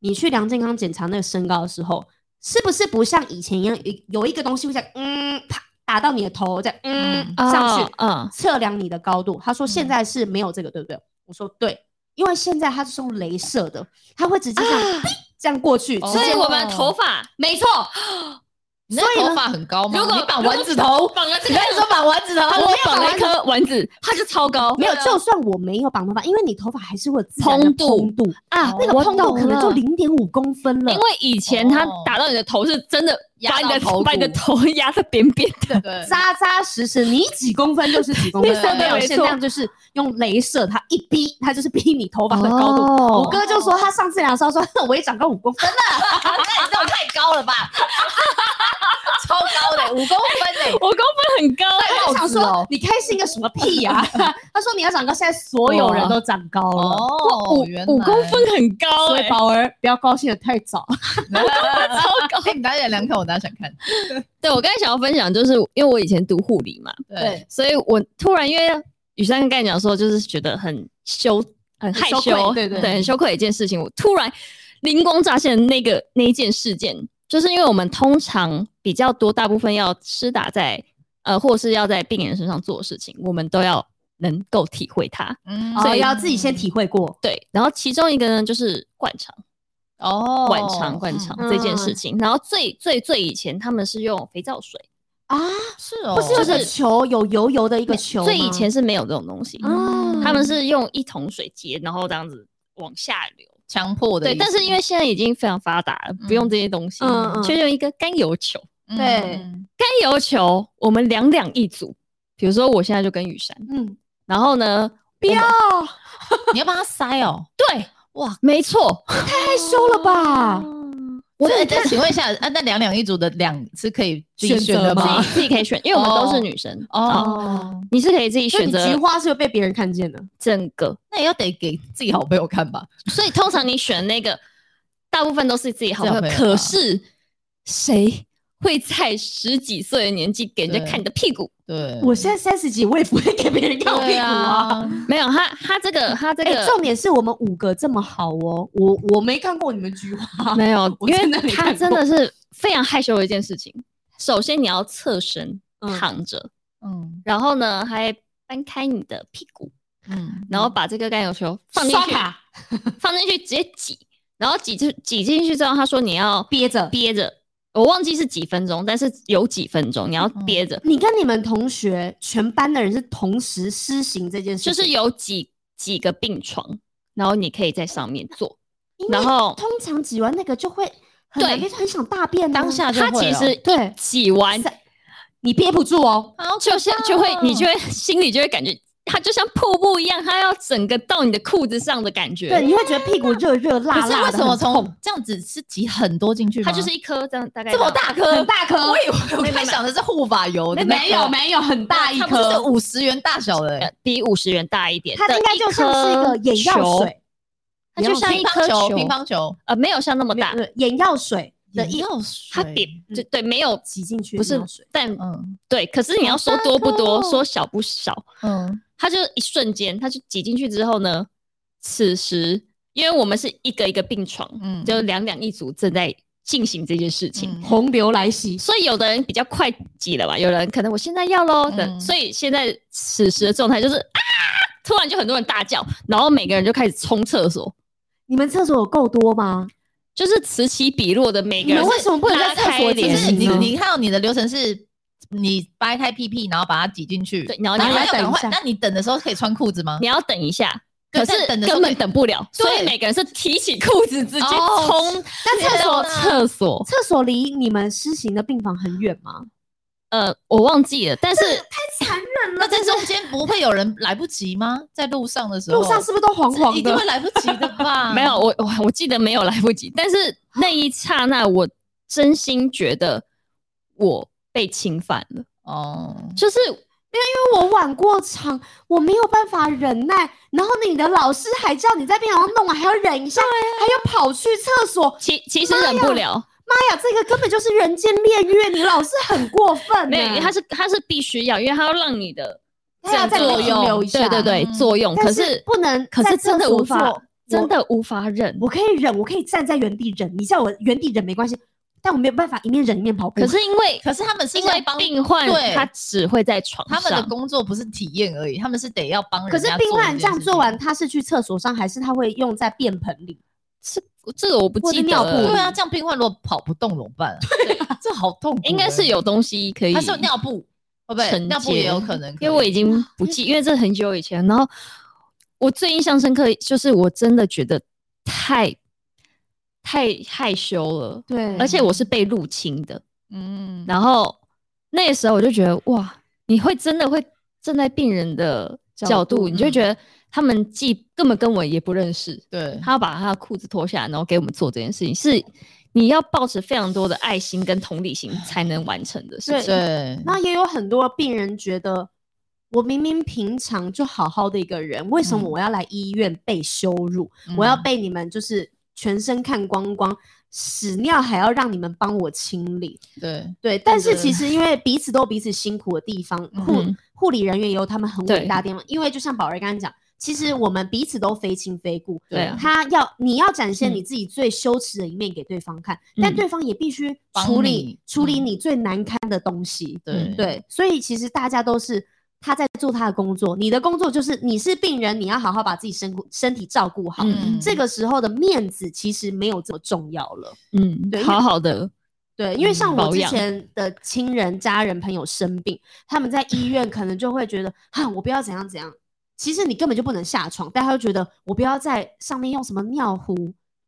Speaker 1: 你去量健康检查那个身高的时候，是不是不像以前一样，有有一个东西会在嗯啪打到你的头，在嗯
Speaker 2: 哦
Speaker 1: 上去
Speaker 2: 嗯，
Speaker 1: 测量你的高度？”他说：“现
Speaker 3: 嗯
Speaker 1: 在是没有这个，对不对？”我说：“对，因为现在它是用镭射的，它会直接这样、哔这样过去，
Speaker 3: 啊哦
Speaker 1: 直
Speaker 2: 所
Speaker 1: 接
Speaker 2: 以我们的头发
Speaker 1: 没错，
Speaker 3: (gasps) 你那
Speaker 1: 所以呢
Speaker 3: 头发很高吗？
Speaker 2: 如果
Speaker 3: 你绑丸子头，
Speaker 2: (laughs) 绑了这
Speaker 3: 你跟你说绑丸子头，
Speaker 2: 他
Speaker 1: 我没
Speaker 2: 如果
Speaker 1: 有
Speaker 2: 绑了
Speaker 1: 绑
Speaker 2: 一颗丸子，它就超高
Speaker 1: 没有，就算我没有绑头发，因为你头发还是会有自然的
Speaker 2: 啊蓬度
Speaker 1: 蓬度，
Speaker 3: 哦
Speaker 2: 啊
Speaker 1: 那个
Speaker 2: 我
Speaker 1: 蓬度
Speaker 2: 懂
Speaker 1: 可能就
Speaker 2: 了
Speaker 1: 零点五公分了
Speaker 2: 因。为以前它
Speaker 3: 哦
Speaker 2: 打到你的头是真的
Speaker 3: 压
Speaker 2: 把你
Speaker 3: 到
Speaker 2: 的
Speaker 3: 头
Speaker 2: 把你的
Speaker 3: 骨
Speaker 2: 头压的扁扁的，
Speaker 3: 对，
Speaker 1: 扎扎实实，你几公分就是
Speaker 2: (laughs)
Speaker 1: 几公
Speaker 2: 对
Speaker 1: 分，没有
Speaker 2: 没错
Speaker 1: 限量，就是用镭射，它一逼，它就是逼你头发的高度。
Speaker 2: 哦
Speaker 1: 我哥就说他上次量的时候说， (laughs) 我也长高五公分了，
Speaker 3: 那你这种太高了吧？ (laughs) 超高的、五公分的、
Speaker 2: 我公分很高欸，
Speaker 1: 我想
Speaker 2: (laughs)
Speaker 3: 帽子
Speaker 1: 说
Speaker 3: 哦
Speaker 1: 你开心个什么屁呀、他说你要长高，现在所有人都长高了，
Speaker 3: 哦
Speaker 2: 五五公
Speaker 3: (laughs)
Speaker 2: 分很高
Speaker 1: 所以
Speaker 2: 哎，
Speaker 1: 宝儿不要高兴的太早。
Speaker 3: 超高。 (laughs) 哎、你大家也量看，我大家想看。
Speaker 2: 对我刚才想要分享就是因为我以前读护理嘛，
Speaker 3: 对，
Speaker 2: 所以我突然因为雨珊刚才讲说就是觉得很羞很害
Speaker 1: 羞愧
Speaker 2: 羞，
Speaker 1: 对对
Speaker 2: 对，很羞愧的一件事情，我突然灵光乍现的那个那一件事件，就是因为我们通常比较多，大部分要施打在呃，或是要在病人身上做的事情，我们都要能够体会它。
Speaker 3: 嗯
Speaker 1: 所以
Speaker 2: 哦
Speaker 1: 要自己先体会过，
Speaker 2: 对，然后其中一个呢就是灌肠、
Speaker 3: 哦，
Speaker 2: 灌肠、灌肠
Speaker 1: 嗯
Speaker 2: 这件事情。然后最最最以前他们是用肥皂水，
Speaker 1: 啊，
Speaker 3: 是哦，
Speaker 1: 不是有个球有油油的一个球吗，
Speaker 2: 最以前是没有这种东西，
Speaker 1: 嗯
Speaker 2: 他们是用一桶水接，然后这样子往下流。
Speaker 3: 强迫的
Speaker 2: 对，
Speaker 3: 意思，
Speaker 2: 但是因为现在已经非常发达了，不用这些东西
Speaker 1: 嗯嗯，
Speaker 2: 就用一个甘油球。
Speaker 3: 嗯
Speaker 1: 对
Speaker 3: 嗯
Speaker 2: 甘油球我们两两一组，比如说我现在就跟雨珊，
Speaker 1: 嗯，
Speaker 2: 然后呢，
Speaker 1: 不要
Speaker 3: 你要帮他塞哦。
Speaker 2: 对，
Speaker 3: 哇，
Speaker 2: 没错，
Speaker 1: 太羞了吧？
Speaker 2: 哦
Speaker 3: 我哎，再请问一下，啊，那两两一组的两是可以自己选的
Speaker 1: 选择吗
Speaker 3: 吗
Speaker 2: 自？己自己可以选，因为我们都是女生哦，
Speaker 3: 哦，
Speaker 2: 你是可以自己
Speaker 1: 所以
Speaker 2: 选
Speaker 1: 你菊
Speaker 2: 择
Speaker 1: 花是会被别人看见的，
Speaker 2: 整个，
Speaker 3: 那也要得给自己好朋友看吧。
Speaker 2: 所以通常你选那个，大部分都是自己好朋友啊
Speaker 3: 自己，好朋友
Speaker 2: 可
Speaker 3: 吧
Speaker 2: 是谁会在十几岁的年纪给人家
Speaker 3: 对
Speaker 2: 看你的屁股？
Speaker 3: 对，
Speaker 1: 我现在三十几，我也不会给别人看我屁
Speaker 3: 对
Speaker 1: 股啊。
Speaker 3: 啊，
Speaker 2: 没有，他他这个他这
Speaker 1: 哎、
Speaker 2: 个
Speaker 1: 重点是我们五个这么好哦，我我没看过你们菊花，
Speaker 2: 没有，
Speaker 1: 哦我
Speaker 2: 因
Speaker 1: 真的
Speaker 2: 为
Speaker 1: 没
Speaker 2: 他
Speaker 1: 看
Speaker 2: 真
Speaker 1: 过
Speaker 2: 的是非常害羞的一件事情。首先你要侧身
Speaker 1: 嗯
Speaker 2: 躺着，
Speaker 3: 嗯
Speaker 2: 然后呢还搬开你的屁股，
Speaker 3: 嗯，
Speaker 2: 然后把这个甘油球放进
Speaker 1: 刷
Speaker 2: 去，
Speaker 1: 卡
Speaker 2: 放进去直接挤，然后挤进挤进去之后，他说你要
Speaker 1: 憋着。
Speaker 2: 憋着，我忘记是几分钟，但是有几分钟你要憋着，
Speaker 1: 你跟你们同学全班的人是同时施行这件事
Speaker 2: 就
Speaker 1: 情，
Speaker 2: 是有几几个病床，然后你可以在上面坐。
Speaker 1: 因
Speaker 2: 然
Speaker 1: 为
Speaker 2: 后
Speaker 1: 通常挤完那个就会很难
Speaker 2: 对
Speaker 1: 很想大便啊、
Speaker 3: 当下就
Speaker 2: 它
Speaker 3: 会
Speaker 2: 其
Speaker 3: 哦
Speaker 2: 实
Speaker 1: 对
Speaker 2: 挤完，
Speaker 1: 你憋不住哦，
Speaker 3: 好
Speaker 2: 就像就会你就会心里就会感觉它就像瀑布一样，它要整个到你的裤子上的感觉。
Speaker 1: 对，你会觉得屁股热热
Speaker 3: 可
Speaker 1: 辣
Speaker 3: 是
Speaker 1: 辣
Speaker 3: 为
Speaker 1: 的，
Speaker 3: 什么
Speaker 1: 很痛
Speaker 3: 从这样子是挤很多进去吗？
Speaker 2: 它就是一颗这样大概
Speaker 3: 这么
Speaker 2: 到
Speaker 3: 大颗，
Speaker 1: 啊很大颗
Speaker 3: 我以为我在想的是护发油的那颗，
Speaker 1: 没有没有很大一
Speaker 3: 它不是
Speaker 1: 颗，
Speaker 3: 五十元大小的、欸
Speaker 2: 呃，比五十元大一点，
Speaker 1: 它应该就像是一个眼药，水，
Speaker 2: 它就像
Speaker 3: 乒
Speaker 2: 一颗
Speaker 3: 乓球，
Speaker 2: 球
Speaker 3: 乒乓球
Speaker 2: 呃没有像那么大，
Speaker 1: 对，眼药水的一
Speaker 3: 药
Speaker 2: 它
Speaker 3: 水，
Speaker 2: 比就对没有
Speaker 1: 挤进去
Speaker 2: 不
Speaker 1: 的
Speaker 2: 是
Speaker 1: 药水，
Speaker 2: 但
Speaker 3: 嗯
Speaker 2: 对，可是你要说多不
Speaker 1: 好
Speaker 2: 多
Speaker 1: 大，颗哦
Speaker 2: 说少不少，
Speaker 3: 嗯，
Speaker 2: 它就一瞬间，它就挤进去之后呢，此时因为我们是一个一个病床，
Speaker 3: 嗯
Speaker 2: 就两两一组正在进行这件事情，
Speaker 3: 嗯
Speaker 1: 洪流来袭，
Speaker 2: 所以有的人比较快挤了吧，有人可能我现在要喽，等、
Speaker 3: 嗯
Speaker 2: 所以现在此时的状态就是啊，突然就很多人大叫，然后每个人就开始冲厕所，
Speaker 1: 你们厕所有够多吗？
Speaker 2: 就是此起彼落的每个
Speaker 1: 你
Speaker 2: 人
Speaker 1: 们为
Speaker 2: 是
Speaker 1: 什么不能
Speaker 2: 拉
Speaker 1: 在厕
Speaker 2: 开
Speaker 1: 所
Speaker 2: 脸
Speaker 1: 解
Speaker 3: 就是
Speaker 1: 释
Speaker 3: 你
Speaker 1: 呢
Speaker 3: 你看到你的流程是。你掰开屁屁，然后把它挤进去，
Speaker 2: 对然后
Speaker 3: 你
Speaker 2: 你
Speaker 3: 还
Speaker 1: 还
Speaker 3: 要赶
Speaker 1: 要等一
Speaker 3: 快。
Speaker 1: 下
Speaker 3: 那你等的时候可以穿裤子吗
Speaker 2: 你？要等一下。
Speaker 3: 对
Speaker 2: 可
Speaker 3: 但
Speaker 2: 是
Speaker 3: 等的时候
Speaker 2: 根本等不了，
Speaker 3: 对
Speaker 2: 所以每个人是提起裤子直接
Speaker 3: 哦
Speaker 2: 冲
Speaker 1: 那厕所
Speaker 2: 到厕所。
Speaker 1: 厕所离你们施行的病房很远吗？
Speaker 2: 呃，我忘记了，但是
Speaker 1: 太残忍
Speaker 3: 那在中间不会有人来不及吗？在路上的时候，
Speaker 1: 路上是不是都黄
Speaker 3: 一
Speaker 1: 黄
Speaker 3: 定
Speaker 1: 的
Speaker 3: 会？来不及的
Speaker 1: (laughs)
Speaker 3: 吧？
Speaker 2: 没有，我我我记得没有来不及，但是那一刹那，我真心觉得我被侵犯了，
Speaker 3: 哦，
Speaker 2: 就是
Speaker 1: 因为我晚过场，我没有办法忍耐，然后你的老师还叫你在病房弄完啊还要忍一下，还要跑去厕所。哎
Speaker 2: 其其实忍不了，
Speaker 1: 妈呀，这个根本就是人间炼狱！你老师很过分、
Speaker 2: 没有，因为
Speaker 1: 欸，
Speaker 2: 它是它是必须要，因为它要让你的
Speaker 1: 他
Speaker 3: 啊
Speaker 1: 要
Speaker 2: 这
Speaker 1: 在
Speaker 2: 个
Speaker 1: 那
Speaker 2: 作
Speaker 1: 里
Speaker 2: 用
Speaker 1: 停留一
Speaker 2: 对
Speaker 1: 下，
Speaker 2: 对对
Speaker 3: 嗯
Speaker 2: 作用，可
Speaker 1: 但
Speaker 2: 是
Speaker 1: 不能，
Speaker 2: 可是真的无法，真
Speaker 1: 我
Speaker 2: 的无法忍。
Speaker 1: 我可以忍，我可以站在原地忍，你叫我原地忍没关系，但我没有办法一面忍一面跑步。
Speaker 2: 可是因为
Speaker 3: 可是他们是
Speaker 2: 因
Speaker 3: 在
Speaker 2: 为
Speaker 3: 帮
Speaker 2: 病患
Speaker 3: 对
Speaker 2: 他只会在床
Speaker 3: 他们的
Speaker 2: 上，
Speaker 3: 工作不是体验而已，他们是得要帮人
Speaker 1: (laughs) 可
Speaker 3: 家做
Speaker 1: 是
Speaker 3: 一件事情。
Speaker 1: 病患这样做完，他是去厕所上，还是他会用在便盆里？
Speaker 2: 这个我不
Speaker 1: 或者
Speaker 2: 记得
Speaker 1: 尿布
Speaker 2: 了，
Speaker 3: 对啊，这样病患如果跑不动怎么办？啊 (laughs) 这好痛苦欸。
Speaker 2: 啊应该是有东西可以，
Speaker 3: 他是有尿布，会不会
Speaker 2: 承
Speaker 3: 尿布也
Speaker 2: 接
Speaker 3: 有可能可以？
Speaker 2: 因为我已经
Speaker 1: 啊
Speaker 2: 不记，因为这很久以前。然后我最印象深刻就是我真的觉得太太害羞了，
Speaker 1: 对
Speaker 2: 而且我是被入侵的。
Speaker 3: 嗯，
Speaker 2: 然后那个时候我就觉得哇，你会真的会站在病人的
Speaker 1: 角
Speaker 2: 角度，
Speaker 1: 度
Speaker 2: 你就
Speaker 3: 嗯
Speaker 2: 觉得他们既根本跟我也不认识，
Speaker 3: 对，
Speaker 2: 他要把他的裤子脱下来，然后给我们做这件事情是。你要抱持非常多的爱心跟同理心才能完成的事
Speaker 1: 对
Speaker 2: 情。
Speaker 3: 对，
Speaker 1: 那也有很多病人觉得，我明明平常就好好的一个人，为什么
Speaker 3: 嗯
Speaker 1: 我要来医院被羞辱？我要
Speaker 3: 嗯
Speaker 1: 被你们就是全身看光光，屎尿还要让你们帮我清理。
Speaker 3: 对，
Speaker 1: 对，但是
Speaker 3: 的
Speaker 1: 其实因为彼此都有彼此辛苦的地方，护
Speaker 2: 嗯
Speaker 1: 护理人员也有他们很伟
Speaker 2: 对
Speaker 1: 大的地方。因为就像宝儿刚刚讲，其实我们彼此都非亲非故，
Speaker 2: 对
Speaker 3: 嗯
Speaker 2: 啊
Speaker 1: 他要你要展现
Speaker 2: 嗯
Speaker 1: 你自己最羞耻的一面给对方看，但
Speaker 2: 嗯
Speaker 1: 对方也必须
Speaker 3: 帮
Speaker 1: 处
Speaker 3: 你
Speaker 1: 理处理
Speaker 3: 嗯
Speaker 1: 你最难堪的东西。
Speaker 2: 嗯
Speaker 3: 对
Speaker 1: 对，所以其实大家都是他在做他的工作，你的工作就是你是病人，你要好好把自己身身体照顾好。
Speaker 2: 嗯
Speaker 1: 这个时候的面子其实没有这么重要了。
Speaker 2: 嗯
Speaker 1: 对因为
Speaker 2: 好好的，
Speaker 1: 对，因为
Speaker 3: 嗯
Speaker 1: 像我
Speaker 2: 保
Speaker 1: 之
Speaker 2: 养
Speaker 1: 前的亲人、家人、朋友生病，他们在医院可能就会觉得，哈，我不要怎样怎样。其实你根本就不能下床，但他会觉得我不要在上面用什么尿壶、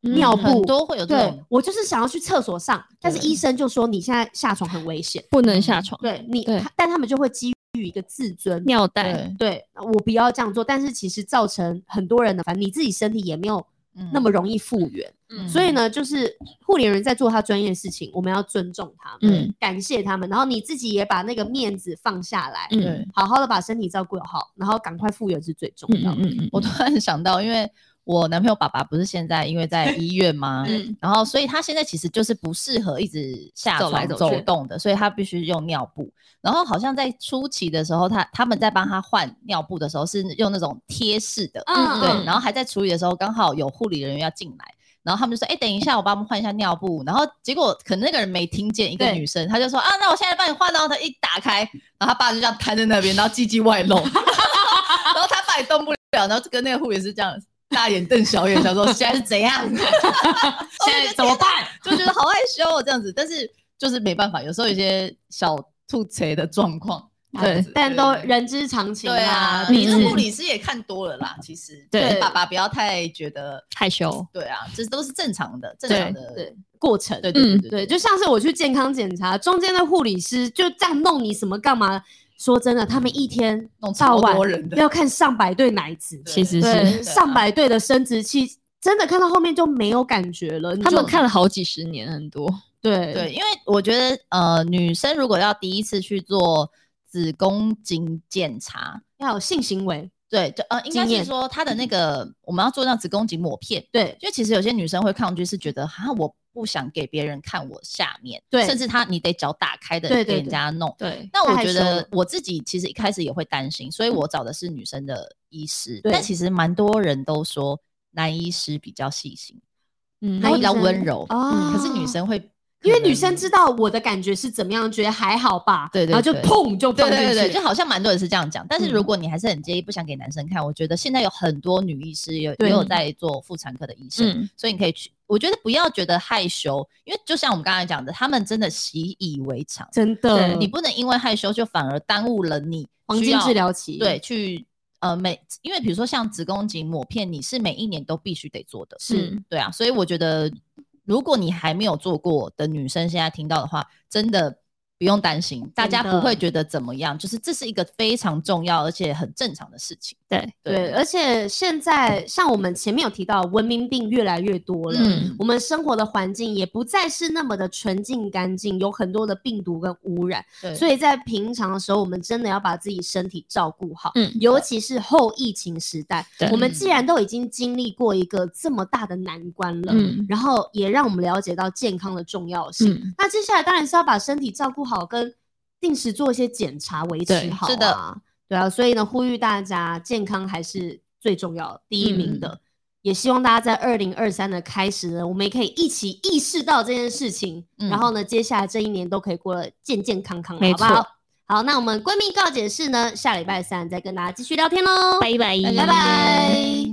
Speaker 1: 尿布
Speaker 2: 嗯
Speaker 3: 很，多会有这
Speaker 1: 对
Speaker 3: 种，
Speaker 1: 我就是想要去厕所上，但是医生就说你现在下床很危险，
Speaker 2: 不能下床，
Speaker 1: 对你
Speaker 2: 对，
Speaker 1: 他但他们就会基于一个自尊，
Speaker 2: 尿袋，
Speaker 3: 对，
Speaker 1: 对我不要这样做，但是其实造成很多人的，反正你自己身体也没有
Speaker 3: 嗯
Speaker 1: 那么容易复原。
Speaker 2: 嗯
Speaker 1: 所以呢，就是护理人员在做他专业的事情，我们要尊重他们，
Speaker 2: 嗯
Speaker 1: 感谢他们，然后你自己也把那个面子放下来，
Speaker 2: 嗯
Speaker 3: 对，
Speaker 1: 好好的把身体照顾好，然后赶快复原是最重
Speaker 2: 嗯
Speaker 1: 要的。
Speaker 2: 嗯嗯，
Speaker 3: 我突然想到，因为我男朋友爸爸不是现在因为在医院吗？
Speaker 2: 嗯
Speaker 3: 然后所以他现在其实就是不适合一直下
Speaker 2: 走来
Speaker 3: 床
Speaker 2: 走
Speaker 3: 走
Speaker 2: 去
Speaker 3: 动的，所以他必须用尿布。然后好像在初期的时候，他他们在帮他换尿布的时候是用那种贴式的，
Speaker 1: 嗯
Speaker 3: 对。
Speaker 2: 嗯
Speaker 3: 然后还在处理的时候，刚好有护理人员要进来。然后他们就说：“哎、等一下，我帮他们换一下尿布。”然后结果可能那个人没听见，一个
Speaker 1: 对
Speaker 3: 女生，她就说：“啊，那我现在帮你换。”然后他一打开，然后他爸就这样瘫在那边，然后唧唧外露， (laughs) 然后他爸也动不了，然后跟那个护理师这样大眼瞪小眼，想说现在是怎样， (laughs)
Speaker 1: 现在怎么办？
Speaker 3: 就觉得好害羞哦这样子。但是就是没办法，有时候有一些小吐槽的状况，
Speaker 1: 嗯
Speaker 2: 对
Speaker 3: 子
Speaker 1: 但都人之常情
Speaker 3: 对啊
Speaker 1: 啦，，
Speaker 3: 你这
Speaker 2: 嗯
Speaker 3: 护理师也看多了啦，其实
Speaker 2: 对
Speaker 3: 爸爸不要太觉得，
Speaker 2: 害羞，
Speaker 3: 对啊，这都是正常的，正常的，
Speaker 1: 对过程。
Speaker 3: 对对
Speaker 2: 嗯
Speaker 3: 对
Speaker 1: 对，就像是我去健康检查，中间的护理师就这样弄你什么干嘛？说真的，他们一天
Speaker 3: 弄
Speaker 1: 到
Speaker 3: 超
Speaker 1: 晚
Speaker 3: 多人的，
Speaker 1: 要看上百对奶子，
Speaker 3: 对
Speaker 2: 其实
Speaker 1: 对
Speaker 2: 是
Speaker 3: 啊
Speaker 1: 上百对的生殖器，真的看到后面就没有感觉了。你
Speaker 2: 他们
Speaker 1: 就
Speaker 2: 看了好几十年，很多
Speaker 1: 对
Speaker 3: 对，因为我觉得呃，女生如果要第一次去做子宫颈检查，
Speaker 1: 要有性行为，
Speaker 3: 对，就呃，应该
Speaker 1: 经验
Speaker 3: 是说她的那个我们要做到子宫颈抹片，
Speaker 1: 对
Speaker 3: 就其实有些女生会抗拒，是觉得哈我不想给别人看我下面，
Speaker 1: 对
Speaker 3: 甚至她你得脚打开的
Speaker 1: 对对
Speaker 3: 给人
Speaker 1: 对
Speaker 3: 家弄。
Speaker 2: 对
Speaker 3: 那
Speaker 1: 太
Speaker 3: 我
Speaker 1: 害
Speaker 3: 觉
Speaker 1: 羞了嗯
Speaker 3: 得我自己其实一开始也会担心，所以我找的是女生的医师，
Speaker 1: 对
Speaker 3: 但其实蛮多人都说男医师比较细心，
Speaker 2: 嗯
Speaker 3: 他会比较
Speaker 1: 男医生
Speaker 3: 温柔，
Speaker 1: 哦
Speaker 3: 可是女生会，
Speaker 1: 因为女生知道我的感觉是怎么样，觉得还好吧，
Speaker 3: 对对
Speaker 1: 然后就
Speaker 3: 对
Speaker 1: 砰就
Speaker 3: 对
Speaker 1: 放进
Speaker 3: 对
Speaker 1: 去，
Speaker 3: 对，就好像蛮多人是这样讲，但是
Speaker 1: 嗯
Speaker 3: 如果你还是很介意，不想给男生看，我觉得现在有很多女医师也
Speaker 1: 对
Speaker 3: 也有在做妇产科的医生，
Speaker 2: 嗯
Speaker 3: 所以你可以去，我觉得不要觉得害羞，因为就像我们刚才讲的，他们真的习以为常，
Speaker 1: 真的，
Speaker 2: 对
Speaker 3: 你不能因为害羞就反而耽误了你
Speaker 1: 嗯黄
Speaker 3: 需
Speaker 1: 金
Speaker 3: 要
Speaker 1: 治疗期，
Speaker 3: 对，去呃每，因为比如说像子宫颈抹片，你是每一年都必须得做的，
Speaker 1: 是
Speaker 2: 嗯
Speaker 3: 对啊，所以我觉得如果你还没有做过的女生现在听到的话，真的不用担心，大
Speaker 1: 真
Speaker 3: 家
Speaker 1: 的
Speaker 3: 不会觉得怎么样，就是这是一个非常重要而且很正常的事情，
Speaker 2: 对，
Speaker 1: 对，而且现在像我们前面有提到，文明病越来越多了。
Speaker 2: 嗯
Speaker 1: 我们生活的环境也不再是那么的纯净干净，有很多的病毒跟污染，
Speaker 3: 对，
Speaker 1: 所以在平常的时候，我们真的要把自己身体照顾好。
Speaker 2: 嗯
Speaker 1: 尤其是后疫情时代
Speaker 2: 对，
Speaker 3: 嗯
Speaker 1: 我们既然都已经经历过一个这么大的难关了，
Speaker 2: 嗯
Speaker 1: 然后也让我们了解到健康的重要性。
Speaker 2: 嗯
Speaker 1: 那接下来当然是要把身体照顾好，跟定时做一些检查，维持
Speaker 2: 对
Speaker 1: 好、啊。
Speaker 3: 是的，
Speaker 1: 对啊，所以呢，呼吁大家健康还是最重要、第一名
Speaker 3: 嗯
Speaker 1: 的。也希望大家在二零二三的开始呢，我们也可以一起意识到这件事情，然
Speaker 3: 嗯
Speaker 1: 后呢，接下来这一年都可以过得健健康康，
Speaker 2: 没
Speaker 1: 好不好
Speaker 2: 错？
Speaker 1: 好，那我们闺蜜告解室呢，下礼拜三再跟大家继续聊天喽，
Speaker 2: 拜拜
Speaker 1: 拜拜